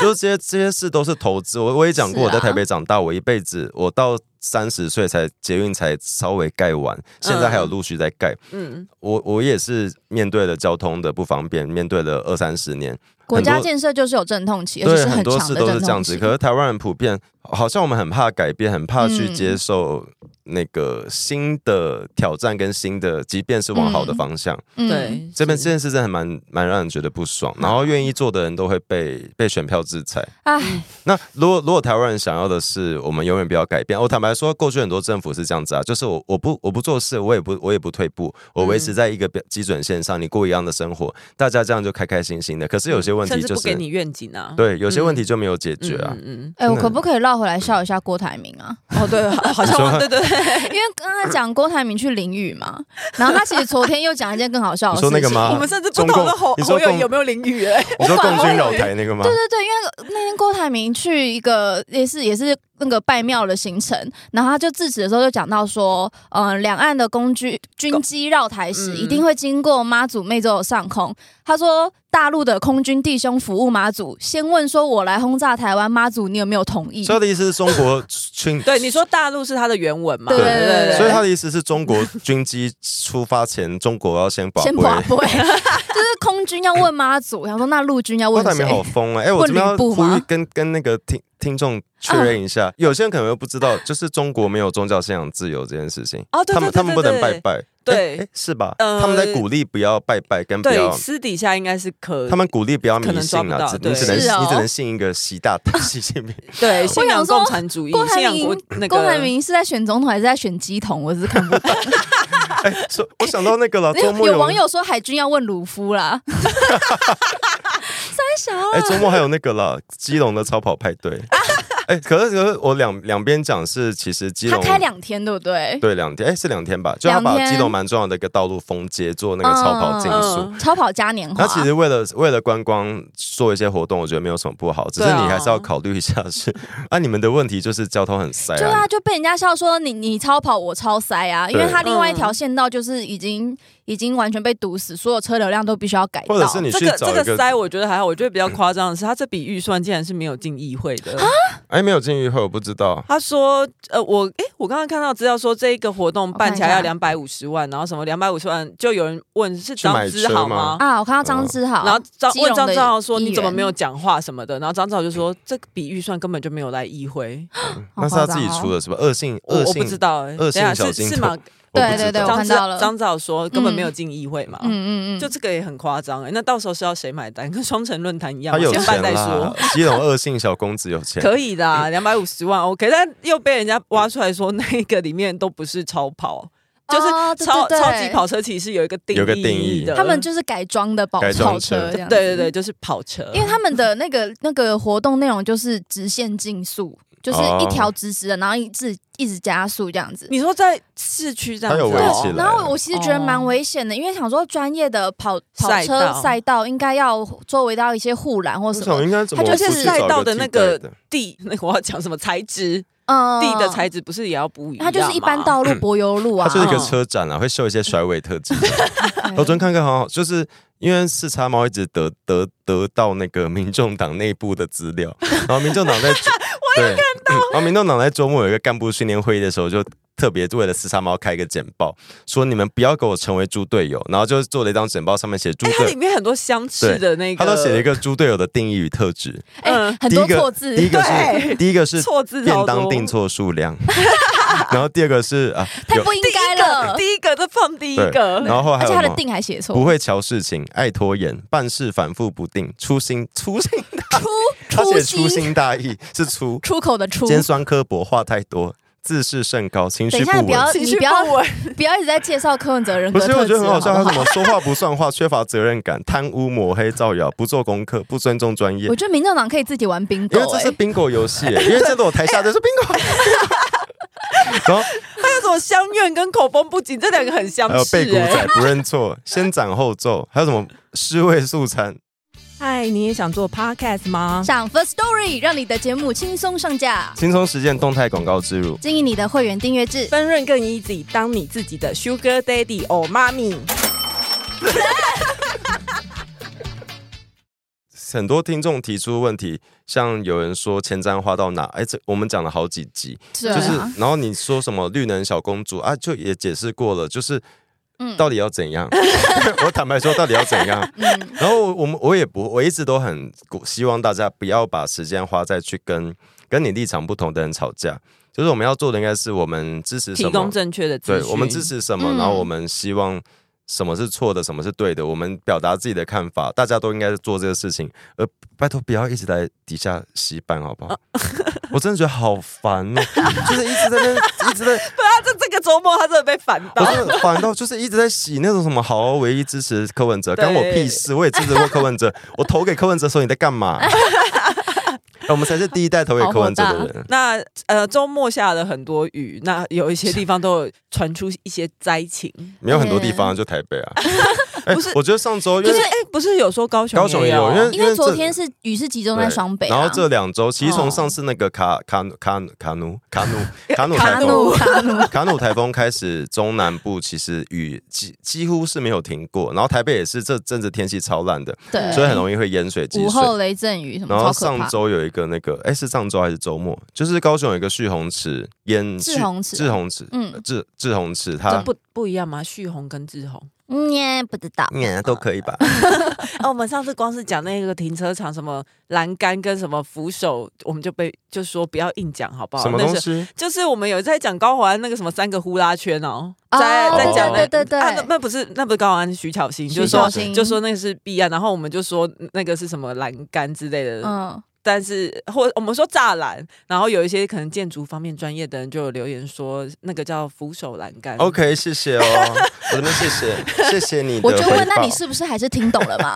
Speaker 2: 就是这些这些事都是投资。我我也讲过，
Speaker 3: 是啊
Speaker 2: 我在台北长大，我一辈子我到三十岁才捷运才稍微盖完，现在还有陆续在盖。
Speaker 1: 嗯，
Speaker 2: 我我也是面对了交通的不方便，面对了二三十年，
Speaker 3: 国家
Speaker 2: 很多
Speaker 3: 建设就是有阵痛期，而且
Speaker 2: 对
Speaker 3: 是
Speaker 2: 很多
Speaker 3: 强
Speaker 2: 事
Speaker 3: 的
Speaker 2: 都
Speaker 3: 阵
Speaker 2: 是这样
Speaker 3: 痛
Speaker 2: 子。
Speaker 3: 期。
Speaker 2: 可是台湾人普遍好像我们很怕改变，很怕去
Speaker 3: 嗯
Speaker 2: 接受那个新的挑战跟新的，即便是往好的
Speaker 3: 嗯
Speaker 2: 方向。
Speaker 3: 嗯
Speaker 1: 对，
Speaker 2: 这边这
Speaker 1: 是
Speaker 2: 件事真的还蛮蛮让人觉得不爽，然后愿意做的人都会被被选票制裁。
Speaker 3: 唉，
Speaker 2: 那如果如果台湾人想要的是我们永远不要改变，哦我坦白说，过去很多政府是这样子啊，就是我我不我不做事，我也不我也不退步，我维持在一个标基准线上，你过一样的生活，大家这样就开开心心的。可是有些问题
Speaker 1: 甚至
Speaker 2: 就
Speaker 1: 不给
Speaker 2: 是
Speaker 1: 你愿景啊，
Speaker 2: 对，有些问题就没有解
Speaker 1: 嗯，
Speaker 2: 决啊。
Speaker 1: 嗯，
Speaker 3: 哎，我
Speaker 2: 真的
Speaker 3: 可不可以绕回来笑一下郭台铭啊？
Speaker 1: 嗯哦对，好好
Speaker 2: 你说啊
Speaker 1: 像对对对，
Speaker 3: 因为刚才讲郭台铭去淋雨嘛，然后他其实昨天又讲一件更好笑
Speaker 2: 你
Speaker 3: 的事情。
Speaker 2: 说那个吗
Speaker 1: 我们甚至不讨论
Speaker 2: 中
Speaker 1: 侯
Speaker 2: 共你说
Speaker 1: 侯友
Speaker 2: 共
Speaker 1: 有没有淋雨哎，
Speaker 2: 你说共军扰台那个吗
Speaker 3: 对？对对，因为那个那天郭台铭去一个也是也是那个拜庙的行程，然后他就致辞的时候就讲到说，嗯、两岸的公军军机绕台时，
Speaker 1: 嗯
Speaker 3: 一定会经过妈祖、湄洲的上空。他说，大陆的空军弟兄服务妈祖，先问说我来轰炸台湾，妈祖你有没有同意
Speaker 2: 所？以他的意思是中国军
Speaker 1: 对，你说大陆是它的原文嘛？
Speaker 3: 对
Speaker 2: 对
Speaker 3: 对对
Speaker 2: 所以他的意思是中国军机出发前，中国要先保
Speaker 3: 先
Speaker 2: 卫。
Speaker 3: 不会，就是空军要问妈祖，然后那陆军要
Speaker 2: 郭
Speaker 3: 问
Speaker 2: 台铭好
Speaker 3: 谁？
Speaker 2: 疯啊！哎、我
Speaker 3: 问
Speaker 2: 这边要
Speaker 3: 吕布
Speaker 2: 呼吁
Speaker 3: 吗
Speaker 2: 跟跟那个听听众确认一下，
Speaker 1: 嗯
Speaker 2: 有些人可能会不知道，就是中国没有宗教信仰自由这件事情，
Speaker 1: 哦，对，
Speaker 2: 他们
Speaker 1: 对
Speaker 2: 他们不能拜。拜，
Speaker 1: 对
Speaker 2: 哎哎是吧？
Speaker 1: 呃
Speaker 2: 他们在鼓励不要拜拜，跟不
Speaker 1: 对对
Speaker 2: 要
Speaker 1: 对，。私底下应该是可，
Speaker 2: 他们鼓励不要迷
Speaker 1: 可
Speaker 2: 信
Speaker 1: 能抓
Speaker 2: 啊，
Speaker 1: 不
Speaker 2: 只
Speaker 1: 到
Speaker 2: 你只能
Speaker 3: 对是哦
Speaker 2: 你只能信一个习大大 习近平。
Speaker 1: 对信仰
Speaker 3: 我想说
Speaker 1: 共产主义
Speaker 3: 郭，台
Speaker 1: 信仰
Speaker 3: 铭
Speaker 1: 国那个
Speaker 3: 郭台铭是在选总统还是在选鸡桶？我是看 不懂。
Speaker 2: 哎，说我想到那 个了，啊周
Speaker 3: 有
Speaker 2: 末
Speaker 3: 有网友说海军要问鲁夫啦，三小啊
Speaker 2: 哎，周末还有那个了，基隆的超跑派对。哎，可是可是我两两边讲是，其实基
Speaker 3: 他
Speaker 2: 隆
Speaker 3: 开两天，对不对？
Speaker 2: 对两天，哎是两天吧？就他把
Speaker 3: 两天
Speaker 2: 基隆蛮重要的一个道路封街，做那个超跑竞速。
Speaker 1: 嗯
Speaker 3: 超跑嘉年华
Speaker 2: 那，其实为了为了观光做一些活动，我觉得没有什么不好，只是
Speaker 1: 对啊
Speaker 2: 你还是要考虑一下是 啊，你们的问题就是交通很塞
Speaker 3: 对
Speaker 2: 啊
Speaker 3: 啊，，就被人家笑说你你超跑我超塞啊，因为
Speaker 2: 对嗯
Speaker 3: 他另外一条线道就是已经已经完全被堵死，所有车流量都必须要改道。
Speaker 2: 或者是你
Speaker 1: 这
Speaker 2: 去
Speaker 1: 个
Speaker 2: 找
Speaker 1: 这
Speaker 2: 一
Speaker 1: 个
Speaker 2: 个
Speaker 1: 塞，我觉得还好。我觉得比较夸张的是，他这笔预算竟然是没有进议会 的。
Speaker 2: 哎没有进议会，我不知道。
Speaker 1: 他说：“呃，我诶，我刚刚看到资料说，这一个活动办起来要
Speaker 3: 我看
Speaker 1: 两百五十万，然后什么两百五十万，就有人问是
Speaker 2: 去买
Speaker 1: 张之豪
Speaker 2: 车吗
Speaker 1: 吗？
Speaker 3: 啊，我看到张之
Speaker 2: 嗯
Speaker 3: 豪，
Speaker 1: 然后张
Speaker 3: 基隆
Speaker 1: 问
Speaker 3: 的
Speaker 1: 张志豪说
Speaker 3: 议员
Speaker 1: 你怎么没有讲话什么的，然后张志豪就说这个笔预算根本就没有来议会，
Speaker 3: 好
Speaker 2: 那
Speaker 3: 夸
Speaker 2: 是
Speaker 3: 张哦
Speaker 2: 他自己出的是吧？恶性
Speaker 1: 我
Speaker 2: 恶
Speaker 1: 我
Speaker 2: 性
Speaker 1: 不知道哎、
Speaker 2: 恶
Speaker 1: 等
Speaker 2: 性
Speaker 1: 一下
Speaker 2: 小
Speaker 1: 是
Speaker 2: 金
Speaker 1: 是
Speaker 2: 头
Speaker 1: 吗？
Speaker 2: 我不
Speaker 3: 对
Speaker 2: 知
Speaker 3: 对对，
Speaker 2: 道
Speaker 3: 我
Speaker 1: 张
Speaker 3: 看
Speaker 1: 志
Speaker 3: 到了，
Speaker 1: 张志豪说根本没有
Speaker 3: 嗯
Speaker 1: 进议会嘛，
Speaker 3: 嗯嗯嗯，
Speaker 1: 就这个也很夸张哎，那到时候是要谁买单？跟双城论坛一样
Speaker 2: 他
Speaker 1: 嘛，
Speaker 2: 有
Speaker 1: 先办
Speaker 2: 钱
Speaker 1: 再
Speaker 2: 啦
Speaker 1: 说。，
Speaker 2: 基隆恶性小公子有钱。
Speaker 1: 可以的啊，两百五十万 OK，但又被人家挖出来说那个里面都不是超跑，就是
Speaker 3: 哦对
Speaker 1: 超
Speaker 3: 对对
Speaker 1: 超级跑车其实有一个定义，
Speaker 2: 有个定义
Speaker 1: 的，
Speaker 3: 他们就是改装的跑
Speaker 2: 改装
Speaker 3: 跑车
Speaker 2: 车
Speaker 3: 这样
Speaker 1: 对对
Speaker 3: 子，
Speaker 1: 对，就是跑车，
Speaker 3: 因为他们的那个那个活动内容就是直线竞速，就是一
Speaker 2: 哦
Speaker 3: 条直直的，然后一直一直加速这样子。
Speaker 1: 你说在市区这样子哦，
Speaker 2: 他有围起来
Speaker 3: 然后我其实觉得蛮
Speaker 1: 哦
Speaker 3: 危险的，因为想说专业的跑跑
Speaker 1: 赛
Speaker 3: 车
Speaker 1: 道
Speaker 3: 赛道应该要周围到一些护栏或
Speaker 2: 我
Speaker 3: 什
Speaker 2: 想
Speaker 3: 么，
Speaker 2: 应该怎么
Speaker 3: 他
Speaker 2: 出
Speaker 3: 就
Speaker 2: 去
Speaker 3: 是
Speaker 2: 找一
Speaker 1: 赛道的
Speaker 2: 替
Speaker 1: 那
Speaker 2: 代
Speaker 1: 个
Speaker 2: 的
Speaker 1: 地， 那个我要讲什么材质，
Speaker 3: 嗯
Speaker 1: 地的材质不是也要不一样
Speaker 3: 它
Speaker 1: 吗？
Speaker 3: 就是一般道路、柏油路
Speaker 2: 嗯它
Speaker 3: 啊，嗯
Speaker 2: 就是一个车展了，会秀一些甩尾特技。
Speaker 3: 对
Speaker 2: 我昨天看看，好好，就是因为四叉猫一直得得得到那个民众党内部的资嗯料，然后民众党在我有看到，然后民众党在周末有一个干部训练会议的时候就。特别为了四叉猫开一个简报，说你们不要给我成为猪队友，然后就做了一张简报，上面写猪
Speaker 1: 哎，它里
Speaker 2: 队。
Speaker 1: 面很多相似的那个，
Speaker 2: 他都写了一个猪队友的定义与特质，
Speaker 3: 哎、
Speaker 1: 嗯
Speaker 3: 很
Speaker 2: 第
Speaker 3: 多
Speaker 2: 一
Speaker 3: 错
Speaker 2: 个
Speaker 3: 字，
Speaker 2: 第一个是
Speaker 1: 对
Speaker 2: 第一个是
Speaker 1: 错字
Speaker 2: 便
Speaker 1: 超
Speaker 2: 当
Speaker 1: 多，
Speaker 2: 订错数 量，然后第二个是啊
Speaker 3: 太
Speaker 2: 有
Speaker 3: 不应
Speaker 1: 第
Speaker 3: 该
Speaker 1: 一
Speaker 3: 了
Speaker 1: 个， 第一个再放第一
Speaker 2: 对，
Speaker 1: 个，
Speaker 2: 然后还有
Speaker 3: 而且
Speaker 2: 什
Speaker 3: 他的
Speaker 2: 么
Speaker 3: 定还写错，
Speaker 2: 不会瞧事情，爱拖延，办事反复不定，粗心粗心，他
Speaker 3: 粗
Speaker 2: 写粗
Speaker 3: 心
Speaker 2: 心大意是粗，
Speaker 3: 出口的出。
Speaker 2: 尖酸刻薄，话太多，自视甚高，情
Speaker 3: 等
Speaker 2: 绪
Speaker 3: 一
Speaker 2: 不
Speaker 3: 下你不要
Speaker 2: 稳。
Speaker 1: 情绪
Speaker 3: 你不
Speaker 1: 呃不
Speaker 3: 要
Speaker 1: 稳，
Speaker 3: 不要一直在介绍柯文哲人
Speaker 2: 不
Speaker 3: 格
Speaker 2: 是，
Speaker 3: 特
Speaker 2: 我
Speaker 3: 质
Speaker 2: 觉得很好笑，
Speaker 3: 好
Speaker 2: 他
Speaker 3: 不
Speaker 2: 怎
Speaker 3: 好
Speaker 2: 么说话不算话，缺乏责任感，贪污、抹黑、造谣，不做功课，不尊重专业
Speaker 3: 我。觉得民众党可以自己玩冰
Speaker 2: 因
Speaker 3: 狗
Speaker 2: 为这
Speaker 3: 哎、
Speaker 2: 是 bingo 游戏，欸因为这个我台下就是 bingo。然后
Speaker 1: 还有什么相怨跟口风不紧，这两个很相
Speaker 2: 还有
Speaker 1: 似
Speaker 2: 背古
Speaker 1: 哎。
Speaker 2: 仔不认错，先斩后奏，还有什么尸位素餐，
Speaker 1: 嗨，你也想做 podcast 吗？
Speaker 3: 上 First Story 让你的节目轻松上架，
Speaker 2: 轻松实践动态广告植入。
Speaker 3: 经营你的会员订阅制。
Speaker 1: 分润更 easy，当你自己的 sugar daddy or mommy。
Speaker 2: 很多听众提出问题，像有人说前瞻花到哪？哎，这我们讲了好几集，
Speaker 3: 是
Speaker 2: 就
Speaker 3: 啊，
Speaker 2: 是然后你说什么绿能小公主啊，就也解释过了，就是
Speaker 3: 嗯
Speaker 2: 到底要怎样？我坦白说，到底要怎样？
Speaker 3: 嗯，
Speaker 2: 然后我们我也不，我一直都很鼓希望大家不要把时间花在去跟跟你立场不同的人吵架。就是我们要做的应该是我们支持什
Speaker 1: 提
Speaker 2: 么
Speaker 1: 供，正确的资
Speaker 2: 对
Speaker 1: 讯，
Speaker 2: 我们支持什么，
Speaker 3: 嗯
Speaker 2: 然后我们希望什么是错的，什么是对的，我们表达自己的看法，大家都应该做这个事情。呃，拜托不要一直在底下洗版，好不
Speaker 1: 哦
Speaker 2: 好？我真的觉得好烦哦，就是一直在那边一直 在，
Speaker 1: 他啊这这个周末他真的被烦
Speaker 2: 我
Speaker 1: 到，
Speaker 2: 真的烦到就是一直在洗那种什么好唯一支持柯文哲，
Speaker 1: 对
Speaker 2: 关我屁事，我也支持过柯文 哲，我投给柯文哲的时候你在干嘛？哎我们才是第一代投给柯文哲的人。
Speaker 1: 那呃，周末下了很多雨，那有一些地方都有传出一些灾情。
Speaker 2: 没有很多地方啊，就台北 啊。哎
Speaker 1: 不是
Speaker 2: 我觉得上周因
Speaker 1: 就是
Speaker 2: 为
Speaker 1: 哎、不是有说高雄
Speaker 2: 高雄也有
Speaker 1: 有，啊
Speaker 2: 因为
Speaker 3: 因为昨
Speaker 2: 这
Speaker 3: 天是雨是集中在
Speaker 2: 对
Speaker 3: 双北、啊，
Speaker 2: 然后这两周，其实从
Speaker 1: 哦
Speaker 2: 上次那个卡卡卡卡努卡 努卡努
Speaker 3: 卡
Speaker 2: 台
Speaker 3: 努
Speaker 2: 风
Speaker 3: 卡努，
Speaker 2: 卡努台风开始，中南部其实雨几几乎是没有停过，然后台北也是这阵子天气超烂的，
Speaker 3: 对，
Speaker 2: 所以很容易会淹水积
Speaker 3: 午
Speaker 2: 水。
Speaker 3: 后雷阵雨什么
Speaker 2: 然后
Speaker 3: 超可
Speaker 2: 上
Speaker 3: 怕，
Speaker 2: 周有一个那个，哎，是上周还是周末？就是高雄有一个蓄洪池淹
Speaker 3: 志
Speaker 2: 蓄
Speaker 3: 洪池
Speaker 2: 志洪池，
Speaker 3: 嗯
Speaker 2: 志志洪池，
Speaker 1: 这
Speaker 2: 它
Speaker 1: 不不一样吗？蓄洪跟志洪。
Speaker 3: 嗯也不知道，
Speaker 2: 嗯都可以 吧？
Speaker 1: 哦，我们上次光是讲那个停车场什么栏杆跟什么扶手，我们就被就说不要硬讲好不好？
Speaker 2: 什么
Speaker 1: 那
Speaker 2: 东
Speaker 1: 是
Speaker 2: 西？
Speaker 1: 就是我们有在讲高环那个什么三个呼啦圈哦，
Speaker 3: 哦
Speaker 1: 在在讲那
Speaker 3: 对对对
Speaker 1: 啊，那那不是那不是高环，是徐巧芯，就
Speaker 3: 徐
Speaker 1: 是
Speaker 3: 小
Speaker 1: 说
Speaker 3: 新
Speaker 1: 就说那个是弊案，然后我们就说那个是什么栏杆之类的，
Speaker 3: 嗯，
Speaker 1: 但是或我们说栅栏，然后有一些可能建筑方面专业的人就有留言说那个叫扶手栏杆。
Speaker 2: OK，谢谢哦， 我这边谢谢，谢谢你的
Speaker 3: 我
Speaker 2: 回
Speaker 3: 就
Speaker 2: 报。
Speaker 3: 问，那你是不是还是听懂 了吗？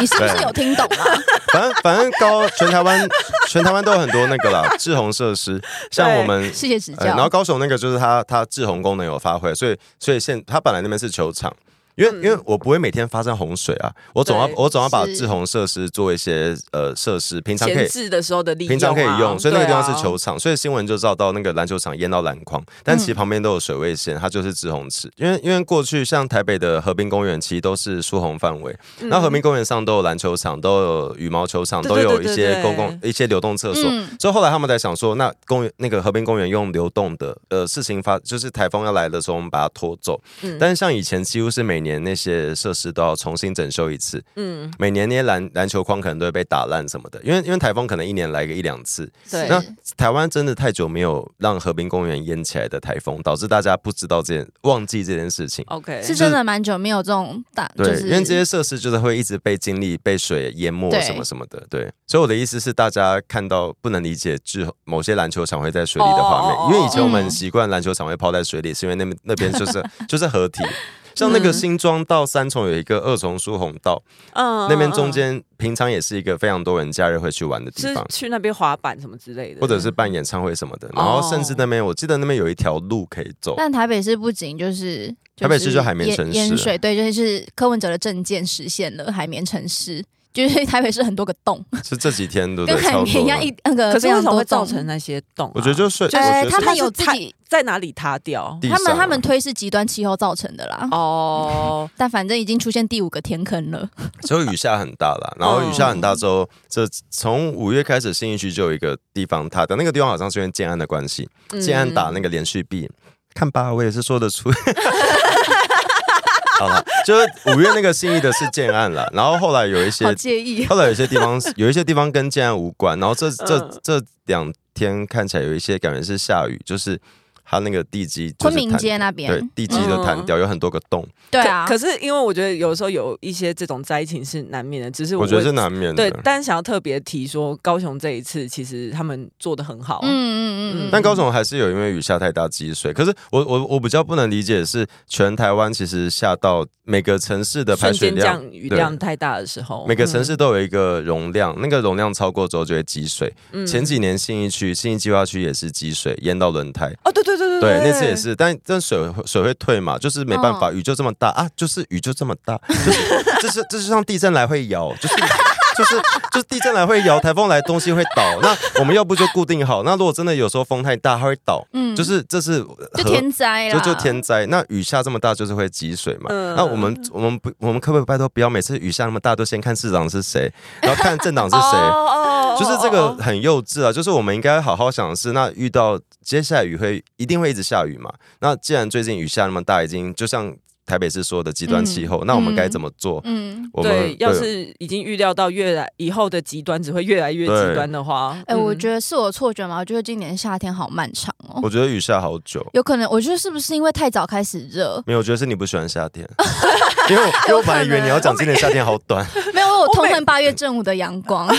Speaker 3: 你是不
Speaker 2: 对
Speaker 3: 是
Speaker 2: 啊
Speaker 3: 有听懂吗？
Speaker 2: 反正反正高全台湾全台湾都有很多那个啦，志洪设施，像我们。
Speaker 3: 谢谢指
Speaker 2: 呃然后
Speaker 3: 教。
Speaker 2: 高雄那个就是它，它志洪功能有发挥，所以所以现它本来那边是球场，因为、因为我不会每天发生洪水啊，我总要
Speaker 1: 对
Speaker 2: 我总要把
Speaker 3: 是
Speaker 2: 志洪设施做一些呃设施，平常可
Speaker 1: 前
Speaker 2: 以
Speaker 1: 置的时候的利用、啊，
Speaker 2: 平常可以用，所以那个地方是
Speaker 1: 对
Speaker 2: 球
Speaker 1: 啊。
Speaker 2: 场，所以新闻就照到那个篮球场淹到篮筐，但其实旁边都有水位线，它就是滞洪池。因为因为过去像台北的和平公园，其实都是疏洪范围，那和平公园上都有篮球场，都有羽毛球场，
Speaker 1: 对嗯
Speaker 2: 都
Speaker 1: 对
Speaker 2: 有一
Speaker 1: 对
Speaker 2: 些
Speaker 1: 对
Speaker 2: 公共一些流动厕所。
Speaker 3: 嗯
Speaker 2: 所以后来他们才想说，那公园那个和平公园用流动的，呃，事情发就是台风要来的时候，我们把它拖走。
Speaker 1: 嗯
Speaker 2: 但是像以前几乎是每年那些设施都要重新整修一次，
Speaker 1: 嗯，
Speaker 2: 每年那些篮篮球框可能都会被打烂什么的，因为因为台风可能一年来个一两次，
Speaker 1: 对
Speaker 2: 那
Speaker 3: 是
Speaker 2: 台湾真的太久没有让和平公园淹起来的台风，导致大家不知道这件忘记这件事情。
Speaker 1: OK，
Speaker 3: 是真的蛮久没有这种大，就
Speaker 2: 对，
Speaker 3: 是
Speaker 2: 因为这些设施就是会一直被经历被水淹没
Speaker 3: 对
Speaker 2: 什么什么的，对。所以我的意思是，大家看到不能理解之后，某些篮球场会在水里的画面，
Speaker 1: 哦哦哦
Speaker 2: 因为以前我们
Speaker 3: 嗯
Speaker 2: 习惯篮球场会泡在水里，是因为那边那边就是就是河堤。像那个新庄到三重有一个二重疏洪道，
Speaker 1: 嗯
Speaker 2: 那边中间平常也是一个非常多人假日会去玩的地
Speaker 1: 是
Speaker 2: 方。
Speaker 1: 去那边滑板什么之类的，
Speaker 2: 或者是办演唱会什么的，然后甚至那边我记得那边有一条路可以走，
Speaker 3: 但台北市不仅就是。
Speaker 2: 哦台北市
Speaker 3: 是
Speaker 2: 就海绵城市啊
Speaker 3: 淹淹水，对，就是柯文哲的政见实现了海绵城市，就是台北市很多个洞，
Speaker 2: 是这几天对不
Speaker 3: 跟
Speaker 2: 对？
Speaker 3: 海
Speaker 2: 超
Speaker 3: 绵一样
Speaker 2: 多
Speaker 3: 一
Speaker 2: 的。
Speaker 3: 那个
Speaker 1: 可是
Speaker 3: 非
Speaker 1: 为
Speaker 3: 常
Speaker 1: 什么
Speaker 3: 多
Speaker 1: 会造
Speaker 3: 洞。
Speaker 1: 成那些洞啊、
Speaker 2: 我觉得就睡，
Speaker 1: 就是
Speaker 2: 我觉
Speaker 3: 呃，
Speaker 2: 得
Speaker 3: 他
Speaker 2: 是
Speaker 3: 们有自
Speaker 1: 它
Speaker 3: 己，
Speaker 1: 在哪里塌掉？
Speaker 2: 地
Speaker 3: 他们
Speaker 2: 上啊
Speaker 3: 他们推是极端气候造成的 啦。
Speaker 1: 哦，
Speaker 3: 但反正已经出现第五个天坑了，
Speaker 2: 所以雨下很大啦，然后雨下很大之后，这从五月开始新义区就有一个地方塌掉，那个地方好像是因为建安的关系，
Speaker 1: 嗯
Speaker 2: 建安打那个连续壁。看吧，我也是说得出。好了，就是五月那个信义的是建案了，然后后来有一些
Speaker 3: 好 介意。
Speaker 2: 后来有些地方 有一些地方跟建安无关，然后这这
Speaker 1: 嗯
Speaker 2: 这两天看起来有一些感觉是下雨，就是它那个地基就是
Speaker 3: 昆明
Speaker 2: 弹
Speaker 3: 街那边
Speaker 2: 对，地基的弹掉有很多个洞，
Speaker 1: 嗯
Speaker 3: 对啊，
Speaker 1: 可是因为我觉得有时候有一些这种灾情是难免的，只是
Speaker 2: 我觉得是难免
Speaker 1: 对
Speaker 2: 的，。
Speaker 1: 但想要特别提说，高雄这一次其实他们做的很好，嗯，
Speaker 3: 嗯嗯嗯
Speaker 2: 但
Speaker 3: 嗯，
Speaker 2: 高雄还是有因为雨下太大积水，可是我我我比较不能理解的是全台湾其实下到每个城市的排
Speaker 1: 瞬
Speaker 2: 水
Speaker 1: 间
Speaker 2: 量
Speaker 1: 降雨
Speaker 2: 对
Speaker 1: 量太大的时候，
Speaker 2: 每个城市都有一个容量，那个容量超过之后就会积水。
Speaker 1: 嗯
Speaker 2: 前几年信义区信义计划区也是积水淹到轮胎，
Speaker 1: 哦，对对对对
Speaker 2: 对，那次也，是，但但水会水会退嘛，就是没办
Speaker 3: 嗯
Speaker 2: 法，雨就这么大啊，就是雨就这么大，就是 这是这是像地震来会摇，就是 就是就是地震来会摇，台风来东西会倒，那我们要不就固定好，那如果真的有时候风太大，它会倒，
Speaker 3: 嗯
Speaker 2: 就是这是
Speaker 3: 就
Speaker 2: 河
Speaker 3: 天灾
Speaker 2: 就
Speaker 3: 啦，
Speaker 2: 就天灾，那雨下这么大就是会积水嘛。
Speaker 1: 嗯
Speaker 2: 那我们我们不我们可不可以拜托不要每次雨下那么大都先看市长是谁，然后看政党是谁？
Speaker 1: 哦
Speaker 2: 就是这个很幼稚啊！就是我们应该好好想的是，那遇到接下来雨会一定会一直下雨嘛？那既然最近雨下那么大，已经就像台北市说的极端气候，那我们该怎么做？
Speaker 3: 嗯。
Speaker 2: 我们
Speaker 1: 对，要是已经预料到越来以后的极端只会越来越
Speaker 2: 对
Speaker 1: 极端的话，嗯
Speaker 3: 哎、我
Speaker 1: 得
Speaker 3: 觉得是我错觉嘛，我觉得今年夏天好漫长哦，
Speaker 2: 我觉得雨下好久，
Speaker 3: 有可能我觉得是不是因为太早开始热？
Speaker 2: 没有，我觉得是你不喜欢夏 天，因为我因为我本来以为你要讲今年夏天好短，
Speaker 3: 没有，我
Speaker 1: 每
Speaker 3: 痛恨八月正午的阳
Speaker 2: 啊
Speaker 3: 光，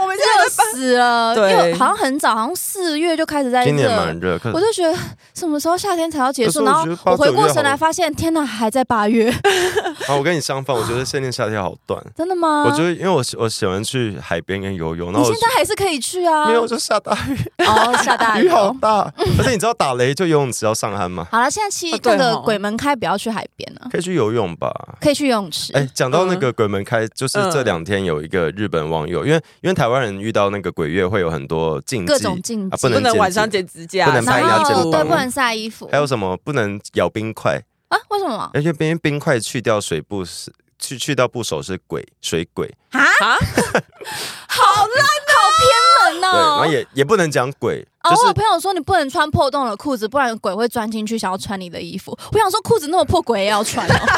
Speaker 1: 我们
Speaker 3: 热死了。因
Speaker 1: 对
Speaker 3: 为好像很早，好像四月就开始 在
Speaker 2: 今年蛮
Speaker 3: 热，
Speaker 2: 热，可
Speaker 3: 我就觉得什么时候夏天才要结
Speaker 2: 可是
Speaker 3: 束？
Speaker 2: 我
Speaker 3: 然后
Speaker 2: 觉得八
Speaker 3: 我回
Speaker 2: 九
Speaker 3: 过
Speaker 2: 月
Speaker 3: 神来，
Speaker 2: 好
Speaker 3: 发现天哪，还在八 月，
Speaker 2: 啊，我跟你相反，我觉得现在夏天好短。
Speaker 3: 真的吗？
Speaker 2: 我觉得，因为我喜我喜欢去海边跟游泳，然
Speaker 3: 嗯你
Speaker 2: 后我
Speaker 3: 现在还是可以去啊。
Speaker 2: 没有就下大雨，
Speaker 3: 哦，下 大雨
Speaker 2: 雨好
Speaker 3: 哦。
Speaker 2: 大，而且你知道打雷就游泳池要上岸吗？
Speaker 3: 好了，现在七
Speaker 2: 啊
Speaker 1: 哦
Speaker 3: 那
Speaker 1: 对
Speaker 3: 个
Speaker 1: 哦
Speaker 3: 鬼门开，不要去海边了，
Speaker 2: 可以去游泳吧。
Speaker 3: 可以去游泳池。
Speaker 2: 哎，讲
Speaker 3: 嗯
Speaker 2: 到那个鬼门开，就是
Speaker 1: 嗯
Speaker 2: 这两天有一个日本网友，因为因为台湾人遇到那个鬼月会有很多禁忌
Speaker 3: 各种禁忌
Speaker 2: 啊
Speaker 1: 不
Speaker 2: 不能
Speaker 1: 能
Speaker 2: 剪
Speaker 1: 晚上
Speaker 2: 指
Speaker 1: 剪指甲，
Speaker 2: 不能拍
Speaker 1: 然
Speaker 2: 压
Speaker 1: 后
Speaker 2: 肩
Speaker 3: 然
Speaker 2: 膀
Speaker 3: 后对，不能晒衣服。
Speaker 2: 还有什么不能咬冰块，
Speaker 3: 啊？为什么？
Speaker 2: 而且冰冰块去掉水部是去去掉部首是鬼水鬼，
Speaker 1: 啊，
Speaker 3: 好烂，好偏门
Speaker 2: 哦对，然后
Speaker 3: 哦。
Speaker 2: 也也不能讲鬼，
Speaker 3: 哦，
Speaker 2: 就
Speaker 3: 我有
Speaker 2: 是
Speaker 3: 朋友说你不能穿破洞的裤子，不然鬼会钻进去想要穿你的衣服。我想说裤子那么破，鬼也要穿哦。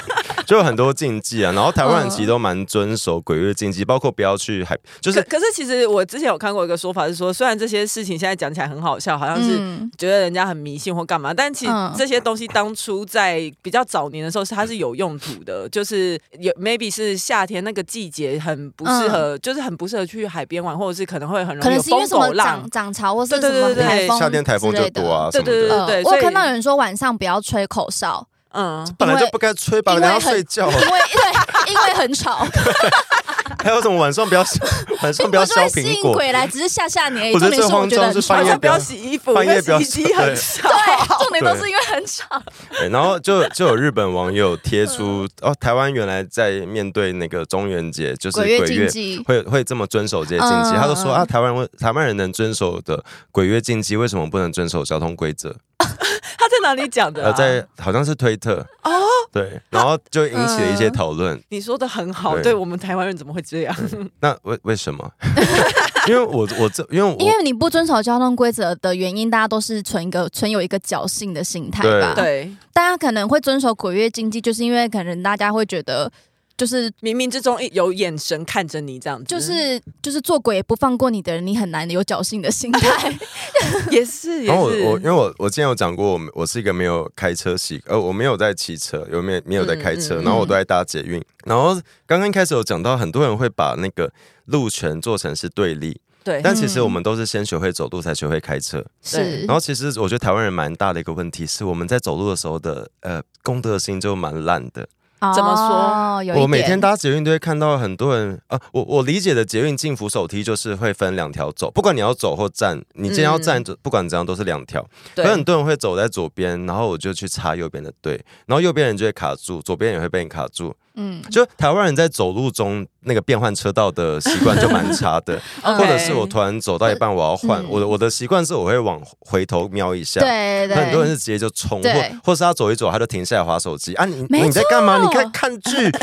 Speaker 2: 就有很多禁忌啊。然后台
Speaker 3: 嗯
Speaker 2: 湾人其实都蛮遵守鬼月禁忌，包括不要去海，就是
Speaker 1: 可可是其实我之前有看过一个说法是说，虽然这些事情现在讲起来很好笑，好像是
Speaker 3: 嗯
Speaker 1: 觉得人家很迷信或干嘛，但其实
Speaker 3: 嗯
Speaker 1: 这些东西当初在比较早年的时候是它是有用途的，就是有 maybe 是夏天那个季节很不适合，就是很不适合去海边玩，或者是可能会很
Speaker 3: 嗯可
Speaker 1: 容易
Speaker 3: 能
Speaker 1: 有
Speaker 3: 是因为
Speaker 1: 疯
Speaker 3: 什么
Speaker 1: 狗浪
Speaker 3: 涨。涨潮或是什
Speaker 1: 对对
Speaker 3: 么
Speaker 1: 对对
Speaker 3: 台风，
Speaker 2: 夏天台风就多。啊什
Speaker 1: 对对
Speaker 2: 么的。
Speaker 1: 对
Speaker 3: 呃
Speaker 1: 对，
Speaker 3: 我
Speaker 1: 所
Speaker 3: 有
Speaker 1: 以
Speaker 3: 看到有人说晚上不要吹口哨，
Speaker 1: 嗯，
Speaker 2: 本来就不该吹吧，
Speaker 3: 因
Speaker 2: 人
Speaker 3: 为
Speaker 2: 哦家要睡觉 啊
Speaker 3: 因。为对，因为很吵，
Speaker 2: 还有什么晚上不要 晚上不要
Speaker 3: 我就
Speaker 2: 削
Speaker 3: 会吸
Speaker 2: 苹
Speaker 3: 引
Speaker 2: 果？
Speaker 3: 鬼来，只是吓吓你而 已。
Speaker 2: 我觉
Speaker 3: 重
Speaker 2: 得
Speaker 3: 点是
Speaker 2: 最慌
Speaker 3: 我觉得
Speaker 2: 张
Speaker 3: 很
Speaker 2: 是
Speaker 3: 吵
Speaker 2: 半
Speaker 1: 晚
Speaker 2: 夜
Speaker 1: 上
Speaker 2: 不
Speaker 1: 不
Speaker 2: 要
Speaker 1: 要洗衣服，因
Speaker 2: 半夜
Speaker 1: 为
Speaker 2: 不要
Speaker 1: 洗衣
Speaker 2: 洗
Speaker 1: 机很
Speaker 2: 对
Speaker 1: 吵。
Speaker 3: 对，重点都是因为很吵。
Speaker 2: 对然后就就有日本网友贴出哦，台湾原来在面对那个中元节，就是
Speaker 3: 嗯鬼
Speaker 2: 鬼
Speaker 3: 月
Speaker 2: 月
Speaker 3: 禁。忌，
Speaker 2: 会会这么遵守这些禁忌，
Speaker 3: 嗯
Speaker 2: 他就说
Speaker 3: 嗯
Speaker 2: 啊，台湾台湾人能遵守的鬼月禁忌，为什么不能遵守交通规则？
Speaker 1: 他在哪里讲的啊？
Speaker 2: 呃，在好像是推特
Speaker 1: 哦，
Speaker 2: 对，然后就引起了
Speaker 3: 嗯
Speaker 2: 一些讨论。
Speaker 1: 你说的很好，
Speaker 2: 对
Speaker 1: 对我们台湾人怎么会这样？
Speaker 2: 那为为什么？ 因为我我这因为我
Speaker 3: 因为你不遵守交通规则的原因，大家都是存一个存有一个侥幸的心态
Speaker 2: 对
Speaker 3: 吧。，
Speaker 1: 对，
Speaker 3: 大家可能会遵守鬼月禁忌，就是因为可能大家会觉得。就是
Speaker 1: 冥冥之中一有眼神看着你，这样子
Speaker 2: 嗯
Speaker 3: 就是就是做鬼也不放过你的人，你很难有侥幸的 心态。
Speaker 1: 也是也
Speaker 2: 然后我我因
Speaker 1: 是，
Speaker 2: 为我我之前有讲过，我们我是一个没有开车习，呃，我没有在骑车，有没有没有在开车，
Speaker 1: 嗯嗯
Speaker 2: 然后我都在搭捷运。然后刚刚开始有讲到，很多人会把那个路权做成是对立，
Speaker 1: 对，嗯
Speaker 2: 但其实我们都是先学会走路，才学会开车。
Speaker 3: 是
Speaker 2: 然，后其实我觉得台湾人蛮大的一个问题是，我们在走路的时候的呃公德心就蛮烂的。
Speaker 1: 怎么
Speaker 3: 哦
Speaker 1: 说
Speaker 3: 有一点
Speaker 2: 我每天搭捷运都会看到很多人啊，我我理解的捷运进扶手梯就是会分两条走，不管你要走或站，你今天
Speaker 1: 嗯
Speaker 2: 要站，不管怎样都是两条。
Speaker 1: 对
Speaker 2: 有很多人会走在左边，然后我就去插右边的队，然后右边人就会卡住，左边也会被你卡住，
Speaker 3: 嗯，
Speaker 2: 就台湾人在走路中那个变换车道的习惯就蛮差 的，
Speaker 3: 嗯
Speaker 2: 或者是我突然走到一半我要换，
Speaker 3: 嗯
Speaker 2: 我的我的习惯是我会往回头瞄一下。
Speaker 3: 对对，
Speaker 2: 很多人是直接就冲，或
Speaker 3: 对
Speaker 2: 或是他走一走，他就停下来划手机啊！你
Speaker 3: 没错
Speaker 2: 你在干嘛？你看看剧，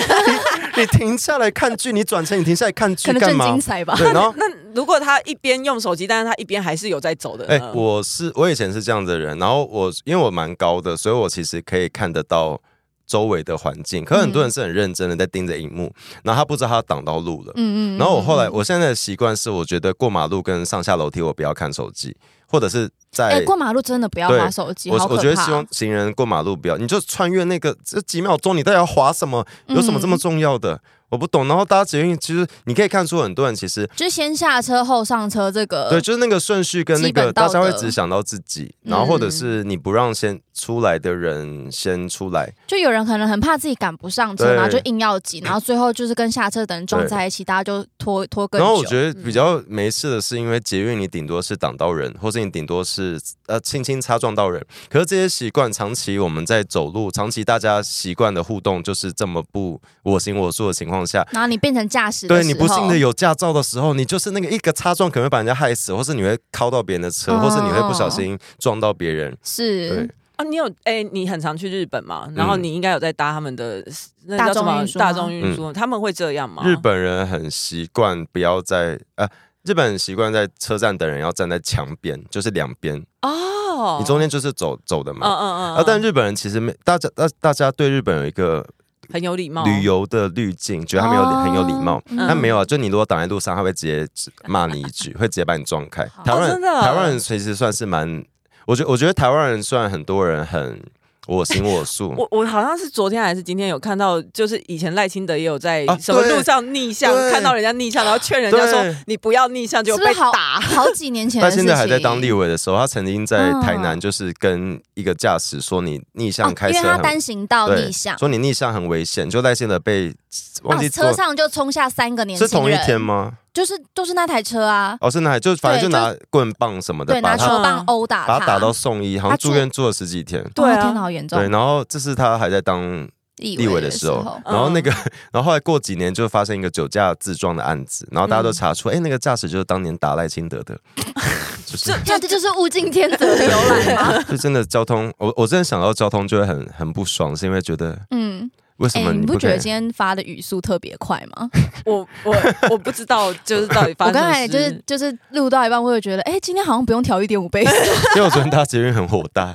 Speaker 2: 你你停下来看剧，你转身你停下来看剧
Speaker 3: 可能
Speaker 2: 干
Speaker 3: 正
Speaker 2: 嘛
Speaker 3: 精？彩吧。
Speaker 2: 对，然后
Speaker 1: 那如果他一边用手机，但是他一边还是有在走的呢，
Speaker 2: 哎、
Speaker 3: 嗯
Speaker 2: 我是我以前是这样的人，然后我因为我蛮高的，所以我其实可以看得到周围的环境。可很多
Speaker 3: 嗯
Speaker 2: 人是很认真的在盯着荧幕，然后他不知道他挡到路了。
Speaker 3: 嗯
Speaker 2: 然后我后来，我现在的习惯是，我觉得过马路跟上下楼梯，我不要看手机，或者是
Speaker 3: 哎、
Speaker 2: 在
Speaker 3: 过马路真的不要
Speaker 2: 对
Speaker 3: 划手机，
Speaker 2: 我
Speaker 3: 好可
Speaker 2: 我
Speaker 3: 怕。啊
Speaker 2: 觉得希望行人过马路不要，你就穿越那个这几秒钟，你到底要划什么？有什么
Speaker 3: 嗯
Speaker 2: 这么重要的？我不懂。然后搭捷运，其实你可以看出很多人其实
Speaker 3: 就是先下车后上车这个，
Speaker 2: 对，就是那个顺序跟那
Speaker 3: 基本
Speaker 2: 个
Speaker 3: 道
Speaker 2: 大
Speaker 3: 德嗯
Speaker 2: 家会只想到自己，然后或者是你不让先出来的人先出来，
Speaker 3: 就有人可能很怕自己赶不上车，
Speaker 2: 对
Speaker 3: 然后就硬要挤，然后最后就是跟下车的人撞在一起，大家就拖拖更
Speaker 2: 然
Speaker 3: 久。嗯
Speaker 2: 后我觉得比较没事的是，因为捷运你顶多是挡到人，或是你顶多是呃轻轻擦撞到人。可是这些习惯，长期我们在走路，长期大家习惯的互动就是这么不我行我素的情况下。
Speaker 3: 然后你变成驾驶的
Speaker 2: 对
Speaker 3: 时
Speaker 2: 你
Speaker 3: 候，
Speaker 2: 不幸的有驾照的时候，你就是那个一个擦撞可能会把人家害死，或是你会靠到别人的车，或是你会不
Speaker 3: 哦
Speaker 2: 小心撞到别人。对
Speaker 3: 是，
Speaker 1: 啊，你有哎、你很常去日本嘛？然后
Speaker 2: 嗯
Speaker 1: 你应该有在搭他们的那
Speaker 3: 大
Speaker 1: 叫什
Speaker 3: 众
Speaker 1: 么
Speaker 3: 运输
Speaker 1: 大
Speaker 3: 吗
Speaker 1: 众运输，他们会这样吗？
Speaker 2: 日本人很习惯不要在呃，日本人习惯在车站等人要站在墙边，就是两边，
Speaker 1: 哦，
Speaker 2: 你中间就是走走的
Speaker 1: 嗯
Speaker 2: 嘛。
Speaker 1: 嗯嗯，
Speaker 2: 啊，但
Speaker 1: 是
Speaker 2: 日本人其实没大家大大家对日本有一个
Speaker 1: 很有礼貌，
Speaker 2: 旅游的滤镜，觉得他们有
Speaker 3: 哦
Speaker 2: 很有礼貌。
Speaker 3: 嗯
Speaker 2: 但没有啊，就你如果挡在路上，他会直接指骂你一 句，会直接把你撞开。台湾
Speaker 1: 哦真的啊
Speaker 2: 人，台湾人其实算是蛮，我觉我觉得台湾人虽然很多人很我行我素，
Speaker 1: 我我好像是昨天还是今天有看到，就是以前赖清德也有在
Speaker 2: 啊
Speaker 1: 什么
Speaker 2: 对
Speaker 1: 路上逆向，
Speaker 2: 对
Speaker 1: 看到人家逆向，然后劝人家
Speaker 2: 对
Speaker 1: 说你不要逆向，
Speaker 3: 是
Speaker 1: 就
Speaker 3: 不
Speaker 1: 被
Speaker 3: 是好
Speaker 1: 打。
Speaker 3: 好几年前
Speaker 2: 他
Speaker 3: 的事
Speaker 2: 现
Speaker 3: 情？
Speaker 2: 在还在当立委的时候，他曾经在台南
Speaker 3: 嗯
Speaker 2: 就是跟一个驾驶说你逆向
Speaker 3: 哦，
Speaker 2: 开
Speaker 3: 因
Speaker 2: 车
Speaker 3: 为他
Speaker 2: 很
Speaker 3: 单行道
Speaker 2: 对
Speaker 3: 逆向，
Speaker 2: 说你逆向很危险，就赖幸德被忘记
Speaker 3: 啊
Speaker 2: 坐
Speaker 3: 车上就冲下三个年轻
Speaker 2: 是
Speaker 3: 人，
Speaker 2: 同一天吗？
Speaker 3: 就是就是那台车啊，
Speaker 2: 哦，是哪里？就反正
Speaker 3: 对
Speaker 2: 就拿棍棒什么的
Speaker 3: 对，
Speaker 2: 把
Speaker 3: 拿球
Speaker 2: 他
Speaker 3: 棒殴打
Speaker 2: 把他打到送医，好
Speaker 3: 他
Speaker 2: 像
Speaker 3: 住
Speaker 2: 住院住了十几天。
Speaker 1: 对啊
Speaker 3: 哦天哪，好严重
Speaker 2: 对，，然后这是他还在当
Speaker 3: 立
Speaker 2: 立委
Speaker 3: 委
Speaker 2: 的
Speaker 3: 的嗯
Speaker 2: 时候，然后那个，然后后来过几年就发生一个酒驾自撞的案子，然后大
Speaker 3: 嗯
Speaker 2: 家都查出，哎，那个驾驶就是当年打赖清德的， 就是
Speaker 3: 这这就是物竞天择 的 由来吗？
Speaker 2: 就真的交通，我我真的想到交通就会很很不爽，是因为觉得
Speaker 3: 嗯，
Speaker 2: 为什
Speaker 3: 哎、
Speaker 2: 么
Speaker 3: 你不
Speaker 2: 不
Speaker 3: 觉
Speaker 2: 可
Speaker 3: 得
Speaker 2: 以？
Speaker 3: 今天发的语速特别快吗？
Speaker 1: 我我我不知道，就是到底发
Speaker 3: 我
Speaker 1: 生什
Speaker 3: 刚
Speaker 1: 么
Speaker 3: 才
Speaker 1: 事
Speaker 3: 就是就是录到一半，我有觉得，哎、今天好像不用调一点 五倍。
Speaker 2: 因为我昨天搭捷运很火 大，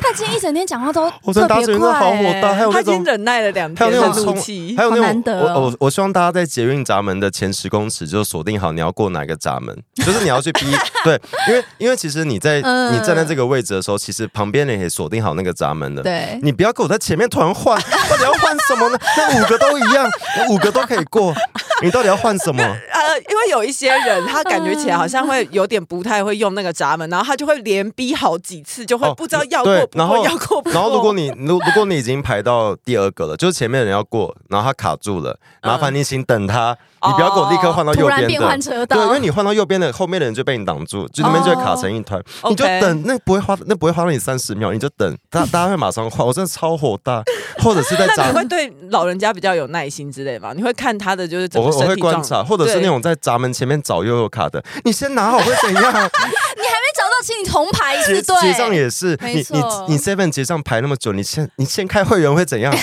Speaker 3: 他今天一整天讲话都
Speaker 2: 我昨天
Speaker 3: 特
Speaker 2: 搭捷
Speaker 3: 别
Speaker 2: 运真的
Speaker 3: 快、
Speaker 2: 好
Speaker 3: 欸
Speaker 2: 火大，还有
Speaker 1: 他
Speaker 2: 那
Speaker 1: 已经
Speaker 2: 种
Speaker 1: 忍耐了两
Speaker 2: 还
Speaker 1: 天
Speaker 2: 有
Speaker 1: 的
Speaker 2: 那种
Speaker 1: 怒
Speaker 2: 冲
Speaker 1: 气，
Speaker 2: 还有那
Speaker 3: 好难
Speaker 2: 种
Speaker 3: 得
Speaker 2: 我
Speaker 3: 哦
Speaker 2: 我我希望大家在捷运闸门的前十公尺就锁定好你要过哪个闸门， 就是你要去逼对，因为因为其实你在
Speaker 3: 嗯
Speaker 2: 你站在这个位置的时候，其实旁边人也锁定好那个闸门了。
Speaker 3: 对，
Speaker 2: 你不要跟我在前面突然换， 到底要换什么呢？那五个都一样，五个都可以过，你到底要换什么？
Speaker 1: 呃，因为有一些人他感觉起来好像会有点不太会用那个闸门，然后他就会连逼好几次，就会
Speaker 2: 哦
Speaker 1: 不知道要
Speaker 2: 对
Speaker 1: 过不
Speaker 2: 然后
Speaker 1: 过，要过不过。
Speaker 2: 然后如果你如如果你已经排到第二个了，就是前面的人要过，然后他卡住了，
Speaker 1: 嗯
Speaker 2: 麻烦你请等他，你不要给我立刻换到
Speaker 1: 哦
Speaker 3: 突
Speaker 2: 右
Speaker 3: 然
Speaker 2: 边
Speaker 3: 变
Speaker 2: 的
Speaker 3: 换。车道，
Speaker 2: 对，因为你换到右边的，后面的人就被你挡住，就那边就会卡成一团。
Speaker 1: 哦
Speaker 2: 你就
Speaker 1: OK
Speaker 2: 等，那不会花，那不会花到你三十秒，你就等，大大家会马 上换。我真的超火大，或者 是在
Speaker 1: 那
Speaker 2: 闸
Speaker 1: 你会对老人家比较有耐心之类吗？你会看他的就是整
Speaker 2: 我
Speaker 1: 个
Speaker 2: 会我
Speaker 1: 身
Speaker 2: 会
Speaker 1: 体
Speaker 2: 观
Speaker 1: 状
Speaker 2: 察，或者是
Speaker 1: 对
Speaker 2: 那种在闸门前面找悠悠卡的，你先拿好会怎样？
Speaker 3: 没找到，请你重排一
Speaker 2: 结
Speaker 3: 次 对。
Speaker 2: 结账也是，
Speaker 3: 没
Speaker 2: 你你
Speaker 3: 错
Speaker 2: 你 Seven 结账排那么久，你先你先开会员会怎样？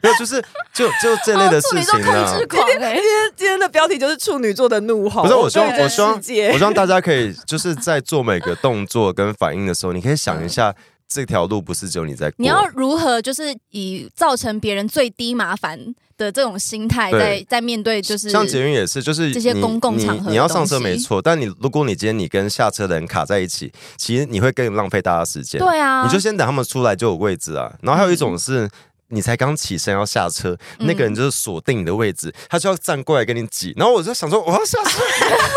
Speaker 2: 没有，就是就就这类的
Speaker 3: 哦处
Speaker 2: 事
Speaker 3: 女座
Speaker 2: 情啊
Speaker 3: 控。制狂 哎、
Speaker 1: 今天今天的标题就是处女座的怒吼。
Speaker 2: 不是，我希望，
Speaker 3: 对
Speaker 2: 我希望，
Speaker 1: 世界
Speaker 2: 我希望大家可以就是在做每个动作跟反应的时候，你可以想一下，这条路不是只有你在过。
Speaker 3: 嗯你要如何就是以造成别人最低麻烦的这种心态，
Speaker 2: 对
Speaker 3: 在在面对就是
Speaker 2: 像捷运也是，就是
Speaker 3: 这些
Speaker 2: 你
Speaker 3: 公共场合的
Speaker 2: 你，你要上车
Speaker 3: 东西
Speaker 2: 没错，但你如果你今天你跟下车的人卡在一起，其实你会更浪费大家时间。
Speaker 3: 对啊，
Speaker 2: 你就先等他们出来就有位置啊。然后还有一种是。你才刚起身要下车，
Speaker 3: 嗯
Speaker 2: 那个人就是锁定你的位置，他就要站过来跟你挤。然后我就想说，我要下车，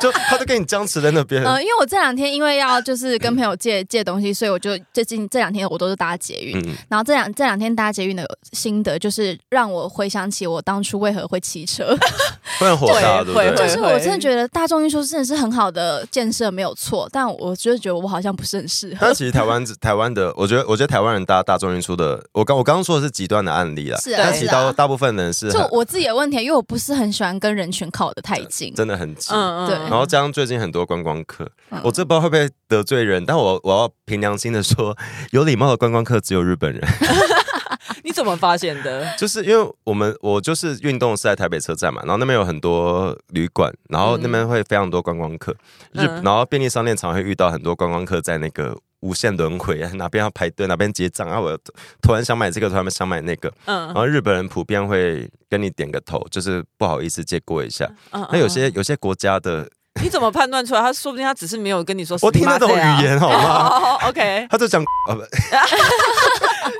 Speaker 2: 就他就跟你僵持在那边。
Speaker 3: 呃，因为我这两天因为要就是跟朋友借借东西，所以我就最近这两天我都是搭捷运。
Speaker 2: 嗯，
Speaker 3: 然后这两这两天搭捷运的心得，就是让我回想起我当初为何会骑车，
Speaker 2: 不然火大，对不
Speaker 1: 会
Speaker 3: 就
Speaker 2: 对
Speaker 1: 会？
Speaker 3: 是我真的觉得大众运输真的是很好的建设，没有错。但我就是觉得我好像不是很适合
Speaker 2: 但。其实台湾台湾的，我觉得我觉得台湾人搭大众运输的，我刚我刚刚说的是极端的案例啦，
Speaker 3: 是啊
Speaker 2: 但其实
Speaker 3: 是啊
Speaker 2: 大大部分人是
Speaker 3: 就
Speaker 2: 很
Speaker 3: 我自己的问题，因为我不是很喜欢跟人群靠得太近。
Speaker 2: 真的很急。
Speaker 1: 嗯
Speaker 3: 对
Speaker 2: 然后加上最近很多观光客，
Speaker 3: 嗯
Speaker 2: 我这不知道会不会得罪人，但我我要凭良心的说，有礼貌的观光客只有日本人，
Speaker 1: 你怎么发现的？
Speaker 2: 就是因为我们我就是运动是在台北车站嘛，然后那边有很多旅馆，然后那边会非常多观光客，日、
Speaker 1: 嗯
Speaker 2: 然后便利商店常会遇到很多观光客在那个无限轮回，啊哪边要排队，哪边结账啊，我突然想买这个，突然想买那个，
Speaker 1: 嗯
Speaker 2: 然后日本人普遍会跟你点个头，就是不好意思借过一下。
Speaker 1: 嗯
Speaker 2: 那有些有些国家的，
Speaker 1: 你怎么判断出来？他说不定他只是没有跟你说。
Speaker 2: 我听得懂语。
Speaker 1: 啊
Speaker 2: 言 好吗？
Speaker 1: 哦，OK，
Speaker 2: 他就讲呃，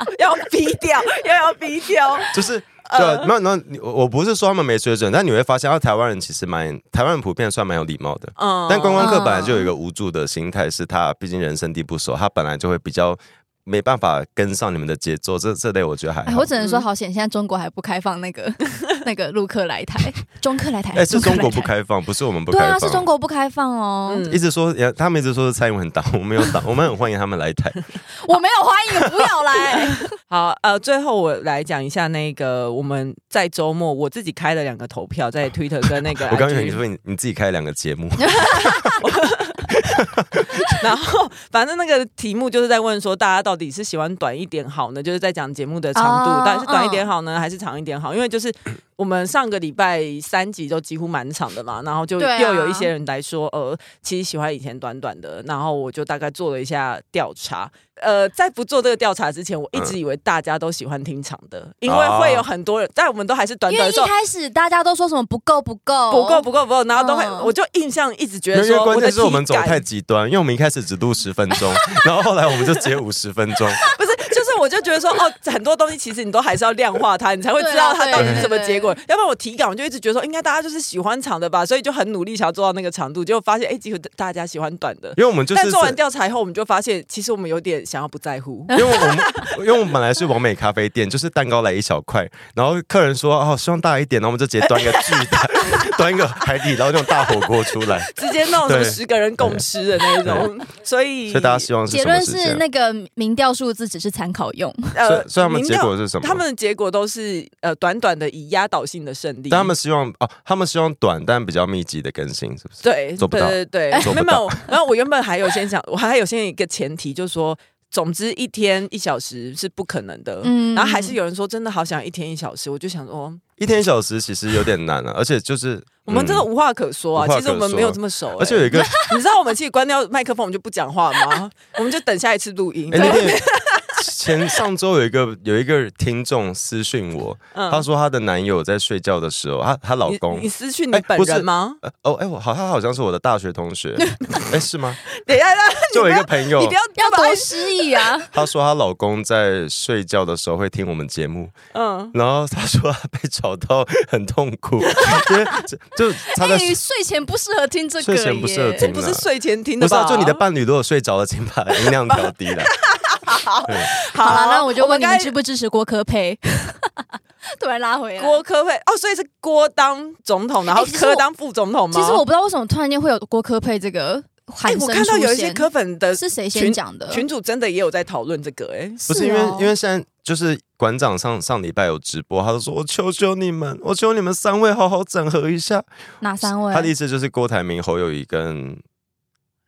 Speaker 2: 不
Speaker 1: 要逼掉，又要逼掉。
Speaker 2: 就是
Speaker 1: 呃
Speaker 2: 对，那那你我我不是说他们没水准，但你会发现，啊，台湾人其实蛮台湾人普遍算蛮有礼貌的。
Speaker 1: 嗯
Speaker 2: 但观光客本来就有一个无助的心态，是他毕竟人生地不熟，他本来就会比较没办法跟上你们的节奏。这这类我觉得还
Speaker 3: 哎，
Speaker 2: 好
Speaker 3: 我。只能说好险，现在中国还不开放那 个那个陆客来台，中客来台，
Speaker 2: 哎，是
Speaker 3: 客
Speaker 2: 中
Speaker 3: 来
Speaker 2: 国不
Speaker 3: 台，
Speaker 2: 开放，不是我们不
Speaker 3: 对
Speaker 2: 开
Speaker 3: 啊，
Speaker 2: 放。
Speaker 3: 是中国不开放哦。
Speaker 1: 嗯
Speaker 2: 一直说，也他们一直说是蔡英文党，我们没有 党，我们很欢迎他们来台。
Speaker 3: 我没有欢迎，不要 来。
Speaker 1: 好，呃，最后我来讲一下那个我们在周末我自己开了两个投票， 在 Twitter 跟那个 IG，
Speaker 2: 我刚以为你说你你自己开了两个节目，
Speaker 1: 然后反正那个题目就是在问说大家到底是喜欢短一点好呢，就是在讲节目的长度，
Speaker 3: 哦
Speaker 1: 到底是短一点好呢，还是长一点好？因为就是我们上个礼拜三集都几乎蛮长的嘛，然后就
Speaker 3: 对啊
Speaker 1: 又有一些人来说，呃，其实喜欢以前短短的，然后我就大概做了一下调查。呃，在不做这个调查之前，我一直以为大家都喜欢听长的，因为会
Speaker 2: 啊
Speaker 1: 有很多人，但我们都还是短
Speaker 3: 因
Speaker 1: 短的
Speaker 3: 为一
Speaker 1: 时候，
Speaker 3: 开始大家都说什么不够不够
Speaker 1: 不够不够不够，然后都会，
Speaker 3: 嗯
Speaker 1: 我就印象一直觉
Speaker 2: 因
Speaker 1: 得
Speaker 2: 为
Speaker 1: 说，
Speaker 2: 关键是我
Speaker 1: 我
Speaker 2: 们
Speaker 1: 的
Speaker 2: 走
Speaker 1: 体感
Speaker 2: 太极端，因为我们一开始只录十分钟， 然后后来我们就直接五十分钟，
Speaker 1: 不是，就是我就觉得 说，哦，很多东西其实你都还是要量化它，你才会知道它到底是什么结果。要不然我体感我就一直觉得说，应该大家就是喜欢长的吧，所以就很努力想要做到那个长度，结果发现，哎、结果大家喜欢短的。
Speaker 2: 因为我们就是
Speaker 1: 但做完调查以后，我们就发现，其实我们有点想要不在 乎。
Speaker 2: 因为我们因为我们本来是完美咖啡店，就是蛋糕来一小块，然后客人说哦希望大一点，然后我们就直接端一个巨大，端一个海底捞那种大火锅出 来，
Speaker 1: 直接弄什么
Speaker 2: 对
Speaker 1: 十个人共吃的那一种，所以
Speaker 2: 所以大家希望是
Speaker 3: 结
Speaker 2: 什么
Speaker 3: 论
Speaker 2: 时
Speaker 3: 是
Speaker 2: 间？
Speaker 3: 那个民调数字只是参 考用，
Speaker 2: 所以所以他们
Speaker 1: 呃民
Speaker 2: 结
Speaker 1: 调
Speaker 2: 果是什么？
Speaker 1: 他们的结果都是呃短短的以压倒性的胜利。
Speaker 2: 但他们希望哦，他们希望短但比较密集的更新，是不是？
Speaker 1: 对，
Speaker 2: 做不到
Speaker 1: 对对对，
Speaker 2: 做
Speaker 1: 没
Speaker 2: 不
Speaker 1: 有
Speaker 2: 到
Speaker 1: 没有。 然后我原本还有先想，我还有先一个前提，就是说，总之一天一小时是不可能的。
Speaker 3: 嗯
Speaker 1: 然后还是有人说，真的好想一天一小时，我就想说，
Speaker 2: 一天一小时其实有点难了、啊而且就是
Speaker 1: 我们真的
Speaker 2: 嗯
Speaker 1: 无话可说啊。
Speaker 2: 无话
Speaker 1: 其实我们
Speaker 2: 可说
Speaker 1: 没有这么熟、欸
Speaker 2: 而且 有一个哎
Speaker 1: 你知道我们其实关掉麦克风我们就不讲话 吗？我们就等下一次录音。
Speaker 2: 哎、那天有前上周有一个有一个听众私讯我，
Speaker 1: 嗯
Speaker 2: 她说她的男友在睡觉的时候，她她老
Speaker 1: 你
Speaker 2: 公
Speaker 1: 你。私讯你
Speaker 2: 哎
Speaker 1: 本
Speaker 2: 不是
Speaker 1: 人吗？
Speaker 2: 呃哦，哎、我好，他好像是我的大学 同学，哎、是吗？
Speaker 1: 等一下，
Speaker 2: 就有一个朋友
Speaker 1: 你不，要
Speaker 3: 要
Speaker 1: 把
Speaker 3: 多失意啊！
Speaker 2: 她说她老公在睡觉的时候会听我们节目，
Speaker 1: 嗯，
Speaker 2: 然后她说她被吵到很痛苦， 因为就就她在
Speaker 3: 哎，睡前不适合听这个
Speaker 2: 睡
Speaker 3: 耶，
Speaker 2: 前不适合听
Speaker 1: 不
Speaker 2: 啦
Speaker 1: 是睡前听
Speaker 2: 不
Speaker 1: 的
Speaker 2: 是、啊，
Speaker 1: 吧？
Speaker 2: 就你的伴侣如果睡着了，请把音量调 低了。
Speaker 1: 好
Speaker 3: 好了，那我就问你
Speaker 1: 刚
Speaker 3: 们
Speaker 1: 才
Speaker 3: 支不支持郭科佩？ 突然拉回来。
Speaker 1: 郭科佩哦，所以是郭当总统，然后
Speaker 3: 哎其实我
Speaker 1: 柯当副总统吗？
Speaker 3: 其实我不知道为什么突然间会有郭科佩这个喊
Speaker 1: 哎、
Speaker 3: 声
Speaker 1: 我看到有一
Speaker 3: 出
Speaker 1: 些
Speaker 3: 现
Speaker 1: 科粉的
Speaker 3: 是谁先
Speaker 1: 群
Speaker 3: 讲的？
Speaker 1: 群主真的也有在讨论这个、哎，
Speaker 2: 不是因为
Speaker 3: 哦
Speaker 2: 因为现在就是馆长上上礼拜有直播，他就说：“我求求你们，我求你们三位好好整合一下。
Speaker 3: 哪三”位？
Speaker 2: 他的意思就是郭台铭、侯友 谊跟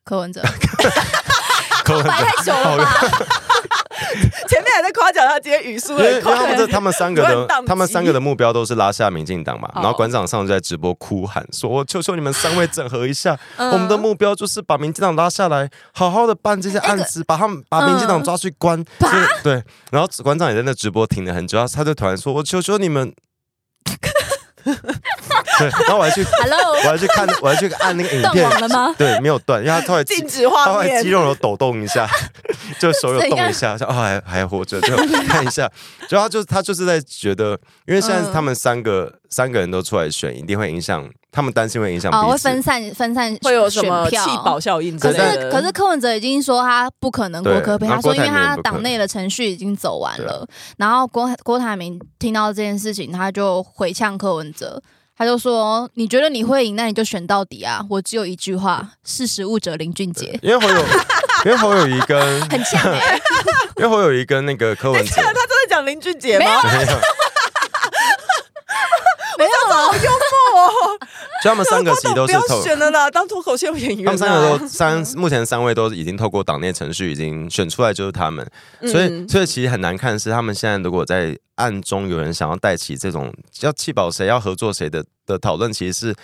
Speaker 3: 柯 文哲，
Speaker 2: 柯文
Speaker 3: 摆
Speaker 2: 哲。
Speaker 3: 太久了吧？
Speaker 1: 前面还在夸奖他今天语速
Speaker 2: 因
Speaker 1: 很
Speaker 2: 为因为他
Speaker 1: 快
Speaker 2: 们，这他们三个
Speaker 1: 乱宕
Speaker 2: 的
Speaker 1: 机
Speaker 2: 他们三个的目标都是拉下民进党嘛，
Speaker 1: 哦
Speaker 2: 然后馆长上就在直播哭喊说：“我求求你们三位整合一下，
Speaker 3: 嗯
Speaker 2: 我们的目标就是把民进党拉下来，好好的办这些案
Speaker 1: 哎
Speaker 2: 子，把他们把民进党抓去
Speaker 1: 嗯
Speaker 2: 关。
Speaker 3: 把
Speaker 2: 所以对，然后馆长也在那直播停了很久，他他就突然说：“我求求你 们。”对，然后我还去
Speaker 3: Hello，
Speaker 2: 我还去看，我还去按那个影
Speaker 3: 断
Speaker 2: 片
Speaker 3: 网了吗？
Speaker 2: 对，没有断，因为他后来肌
Speaker 1: 禁止
Speaker 2: 他
Speaker 1: 画
Speaker 2: 后来
Speaker 1: 面
Speaker 2: 肌。肉有抖动一 下，就手有动一下，说哦还还活着，就看一 下。就他就他就是在觉得，因为现在
Speaker 3: 嗯
Speaker 2: 他们三个、三个人都出来选，一定会影响，他们担心会影响
Speaker 3: 哦，
Speaker 2: 彼
Speaker 3: 会
Speaker 2: 此。
Speaker 3: 分散分散
Speaker 1: 会有什么
Speaker 3: 选
Speaker 1: 气
Speaker 3: 票
Speaker 1: 保效应之
Speaker 3: 可
Speaker 1: 类的？
Speaker 3: 是可是柯文哲已经说他不可能郭科佩，
Speaker 2: 对
Speaker 3: 他说因为
Speaker 2: 那郭台铭也不可能
Speaker 3: 他
Speaker 2: 啊
Speaker 3: 党内的程序已经走完了，然后郭郭台铭听到这件事情，他就回呛柯文哲。他就说：“你觉得你会赢，那你就选到底啊！”我只有一句话：“识时务者林俊杰。
Speaker 2: 因为侯友， 因为侯友谊跟”
Speaker 3: 很呛哎、
Speaker 2: 因为侯友谊跟那个柯文哲，
Speaker 1: 他真的讲林俊杰吗？
Speaker 2: 没有
Speaker 3: 没有啊，
Speaker 2: 就他们三个其实都
Speaker 1: 不
Speaker 2: 是
Speaker 1: 要
Speaker 2: 透，
Speaker 1: 选了啦，当脱口秀演员啊。
Speaker 2: 他们三个都三，目前三位都已经透过党内程序已经选出来，就是他们。所以，
Speaker 1: 嗯
Speaker 2: 所以其实很难看是他们现在如果在暗中有人想要带起这种要弃保谁要合作谁的的讨论，其实是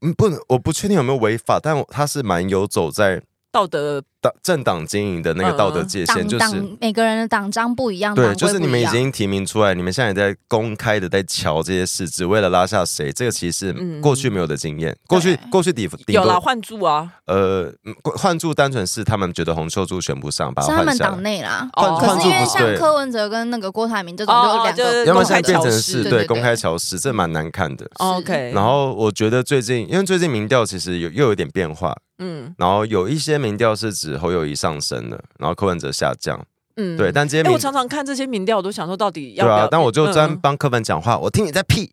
Speaker 2: 嗯不能，我不确定有没有违法，但我他是蛮游走在
Speaker 1: 道德
Speaker 2: 党政党经营的那个道德
Speaker 1: 嗯嗯
Speaker 2: 界限，
Speaker 3: 党
Speaker 2: 就是
Speaker 3: 党每个人的党章不一样，
Speaker 2: 对，
Speaker 3: 党
Speaker 2: 就
Speaker 3: 规
Speaker 2: 是你
Speaker 3: 不
Speaker 2: 们
Speaker 3: 一
Speaker 2: 已
Speaker 3: 样。
Speaker 2: 经提名出来，你们现在也在公开的在瞧这些事，只为了拉下谁，这个其实是
Speaker 1: 嗯
Speaker 2: 过去没有的经验。过去过去底顶
Speaker 1: 有啦，
Speaker 2: 多
Speaker 1: 换柱啊，
Speaker 2: 呃嗯换柱，单纯是他们觉得洪秀柱选不上，把
Speaker 3: 是
Speaker 2: 他
Speaker 3: 他
Speaker 2: 换
Speaker 3: 们
Speaker 2: 下
Speaker 3: 党
Speaker 2: 来。
Speaker 3: 内啦，
Speaker 2: 换
Speaker 1: 哦
Speaker 3: 可
Speaker 2: 换
Speaker 3: 是
Speaker 2: 柱
Speaker 3: 因为
Speaker 2: 不
Speaker 3: 像
Speaker 2: 对，
Speaker 3: 柯文哲跟那个郭台铭这种
Speaker 1: 哦
Speaker 3: 就两
Speaker 1: 就
Speaker 3: 个
Speaker 1: 是
Speaker 2: 要么
Speaker 1: 公
Speaker 2: 现在
Speaker 1: 开
Speaker 2: 变成
Speaker 1: 乔
Speaker 2: 是
Speaker 1: 事
Speaker 3: 对
Speaker 2: 对
Speaker 3: 对
Speaker 2: 公
Speaker 3: 对
Speaker 2: 开乔事，这蛮难看的。
Speaker 3: 是
Speaker 1: OK，
Speaker 2: 然后我觉得最近，因为最近民调其实有又有点变化，
Speaker 1: 嗯
Speaker 2: 然后有一些民调是指侯友谊上升了，然后柯文哲下降，
Speaker 1: 嗯
Speaker 2: 对，。但这些
Speaker 1: 哎，
Speaker 2: 民
Speaker 1: 我常常看这些民调，我都想说到底要
Speaker 2: 对
Speaker 1: 不
Speaker 2: 啊
Speaker 1: 要？，
Speaker 2: 但我就专
Speaker 1: 嗯
Speaker 2: 帮柯文讲话，我听你在屁，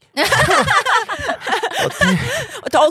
Speaker 1: 头嗯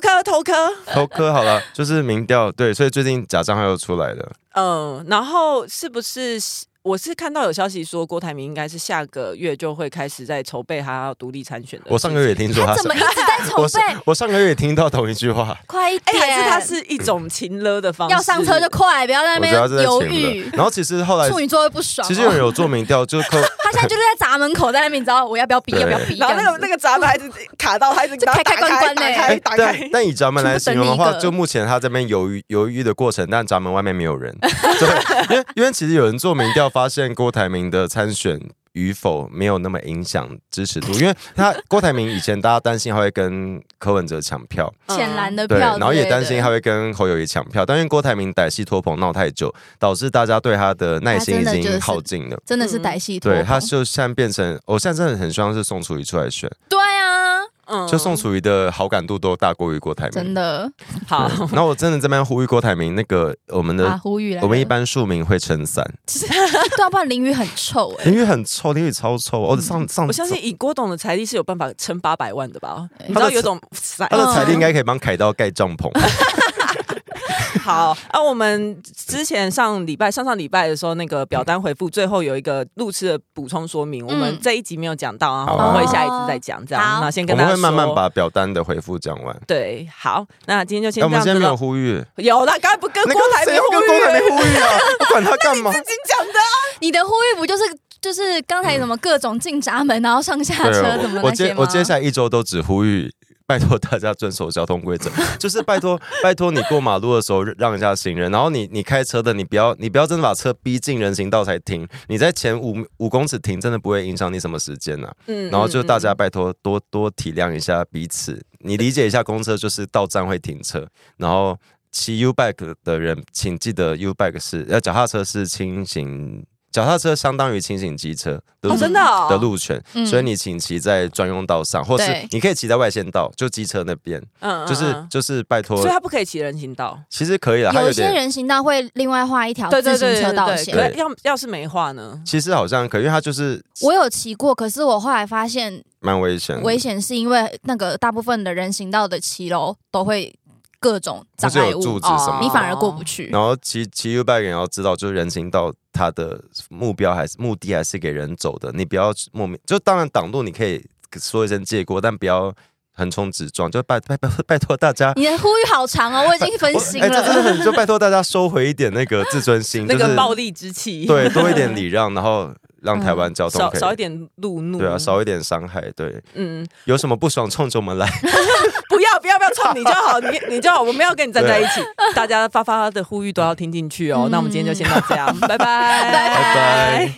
Speaker 1: 科头科，
Speaker 2: 头科好了，就是民调对，所以最近假账号又出来了，
Speaker 1: 嗯，然后是不是？我是看到有消息说，郭台铭应该是下个月就会开始在筹备他要独立参选的事情。
Speaker 2: 我上个月也听说他
Speaker 3: 他 怎
Speaker 2: 是
Speaker 3: 么一直在筹
Speaker 2: 我上
Speaker 3: 备？
Speaker 2: 我上个月也听到同一句话，
Speaker 3: 快一
Speaker 1: 哎、
Speaker 3: 点！
Speaker 1: 还是他是一种情勒的方式，
Speaker 3: 要上车就快，不要在那
Speaker 2: 我觉得他是
Speaker 3: 边
Speaker 2: 在
Speaker 3: 犹
Speaker 2: 请
Speaker 3: 豫
Speaker 2: 了。。然后其实后来
Speaker 3: 处女座会不爽哦。
Speaker 2: 其实有人有做民调， 就是柯
Speaker 3: 他现在就是在闸门口，在那边，你知道我要不要比，
Speaker 2: 对
Speaker 3: 要不要比？
Speaker 1: 然后那个那个闸门还一直卡到他，一直
Speaker 3: 就开开关关
Speaker 1: 呢、
Speaker 3: 欸
Speaker 1: 打开打
Speaker 2: 哎但
Speaker 1: 开。
Speaker 2: 但以咱们来形容的
Speaker 3: 全部
Speaker 2: 话，
Speaker 3: 等你一个
Speaker 2: 就目前他这边犹豫犹豫的过程，但咱们外面没有人， 对，因为因为其实有人做民调发现郭台铭的参选。与否没有那么影响支持度，因为他郭台铭以前大家担心他会跟柯文哲抢票，
Speaker 3: 这样浅蓝的
Speaker 2: 嗯对，
Speaker 3: 票之类的，
Speaker 2: 然后也担心他会跟侯友谊抢票，但因为郭台铭歹戏拖棚闹太久，导致大家对他的耐心已
Speaker 3: 他真的就是
Speaker 2: 经耗尽了。
Speaker 3: 真的是歹戏拖棚。
Speaker 2: 对，他就现在变成，我、现在真的很希望是宋楚瑜出来选，
Speaker 3: 对啊，
Speaker 1: 嗯
Speaker 2: 就宋楚瑜的好感度都大过于郭台铭。
Speaker 3: 真的
Speaker 1: 好，
Speaker 2: 对。然后我真的这边呼吁郭台铭，那个我们的、
Speaker 3: 啊，呼吁来
Speaker 2: 嗯
Speaker 3: 了
Speaker 2: 我们一般庶民会撑伞，
Speaker 3: 对啊，不然淋雨很臭哎。
Speaker 2: 淋雨很臭，淋雨超臭。我、上上
Speaker 1: 嗯我相信以郭董的财力是有办法撑八百万的吧？你知
Speaker 2: 他
Speaker 1: 道
Speaker 2: 的
Speaker 1: 有种伞
Speaker 2: 他的财力应该可以帮凯道盖帐
Speaker 1: 嗯
Speaker 2: 篷。
Speaker 1: 好啊，我们之前上礼拜、上上礼拜的时候，那个表单回复最后有一个路痴的补充说明，我们这一集没有讲到，然后我们会下一次再讲。这
Speaker 3: 嗯好
Speaker 1: 样，那先
Speaker 2: 啊
Speaker 1: 跟
Speaker 2: 我
Speaker 1: 大
Speaker 2: 们
Speaker 1: 家
Speaker 2: 会慢慢
Speaker 1: 说
Speaker 2: 把表单的回复讲完。
Speaker 1: 对，好，那今天就先
Speaker 2: 哎，我
Speaker 1: 这
Speaker 2: 们
Speaker 1: 样
Speaker 2: 今
Speaker 1: 子
Speaker 2: 天没有
Speaker 1: 了。
Speaker 2: 呼吁，
Speaker 1: 有啦，刚才不跟
Speaker 2: 那
Speaker 1: 郭
Speaker 2: 个
Speaker 1: 台
Speaker 2: 谁
Speaker 1: 铭
Speaker 2: 要
Speaker 1: 呼
Speaker 2: 跟郭台铭
Speaker 1: 吁，
Speaker 2: 呼吁 啊？我管他干嘛？
Speaker 1: 自己讲 的。
Speaker 3: 你的呼吁不就是就是刚才什么各种进闸门，然后上下
Speaker 2: 嗯对，啊
Speaker 3: 车怎么
Speaker 2: 我
Speaker 3: 那
Speaker 2: 接
Speaker 3: 些吗？
Speaker 2: 我接下来一周都只呼吁。拜托大家遵守交通规则，就是拜托拜托你过马路的时候让一下行人，然后你你开车的你不要你不要真的把车逼进人行道才停，你在前五五公尺停真的不会影响你什么时间呐、
Speaker 1: 嗯
Speaker 2: 然后就大
Speaker 1: 嗯
Speaker 2: 家拜托多多体谅一下彼此，你理解一下公车就是到站会停车，然后骑 U bike 的人请记得 U bike 是呃脚踏车是轻型，脚踏车相当于轻型机车的
Speaker 1: 嗯哦，
Speaker 2: 路
Speaker 1: 真的哦
Speaker 2: 的，路权，
Speaker 3: 嗯
Speaker 2: 所以你请骑在专用道上，或是
Speaker 3: 对
Speaker 2: 你可以骑在外线道，就机车那边，
Speaker 1: 嗯嗯
Speaker 2: 就是
Speaker 1: 嗯
Speaker 2: 就是拜托
Speaker 1: 所以，他不可以骑人行道。
Speaker 2: 其实可以了，它
Speaker 3: 有
Speaker 2: 有
Speaker 3: 一些
Speaker 2: 点，
Speaker 3: 人行道会另外画一条
Speaker 1: 对
Speaker 3: 自
Speaker 1: 对对对
Speaker 3: 行车道
Speaker 1: 对，
Speaker 3: 线。
Speaker 1: 可要要是没画呢？
Speaker 2: 其实好像可以，因为它就是
Speaker 3: 我有骑过，可是我后来发现
Speaker 2: 蛮危险的，
Speaker 3: 危险是因为那个大部分的人行道的骑楼都会各种
Speaker 2: 或
Speaker 3: 障
Speaker 2: 是
Speaker 3: 碍
Speaker 2: 有
Speaker 3: 物
Speaker 2: 柱，子什么
Speaker 1: 哦
Speaker 2: 的。
Speaker 3: 你反而过不去。
Speaker 2: 然后骑骑 U bike 也要知道，就是人行道它的目标还是目的还是给人走的，你不要莫名就当然挡路你可以说一声借过，但不要横冲直撞，就拜拜拜拜托大家。
Speaker 3: 你的呼吁好长哦，我已经分
Speaker 2: 我
Speaker 3: 心
Speaker 2: 哎，这真的
Speaker 3: 了。
Speaker 2: 很，就拜托大家收回一点那个自尊心，
Speaker 1: 那
Speaker 2: 就
Speaker 1: 个
Speaker 2: 是
Speaker 1: 暴力之气，，
Speaker 2: 对，多一点礼让，然后让台湾交
Speaker 1: 嗯
Speaker 2: 通
Speaker 1: 少
Speaker 2: 可以
Speaker 1: 少一点嗯路怒，
Speaker 2: 对啊，少一点伤害。对，
Speaker 1: 嗯，
Speaker 2: 有什么不爽冲着我们来。
Speaker 1: 不要不要不要冲你就好，你你就好，我们要跟你站在一起，大家发发的呼吁都要听进去哦。
Speaker 3: 嗯
Speaker 1: 那我们今天就先到这样，拜拜拜
Speaker 2: 拜拜。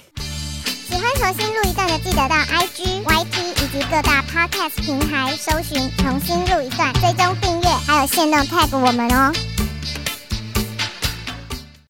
Speaker 4: 喜欢重新录一段的，记得到 IG、YT 以及各大 Podcast 平台搜寻“重新录一段”，追踪订阅，还有限定 tag 我们哦。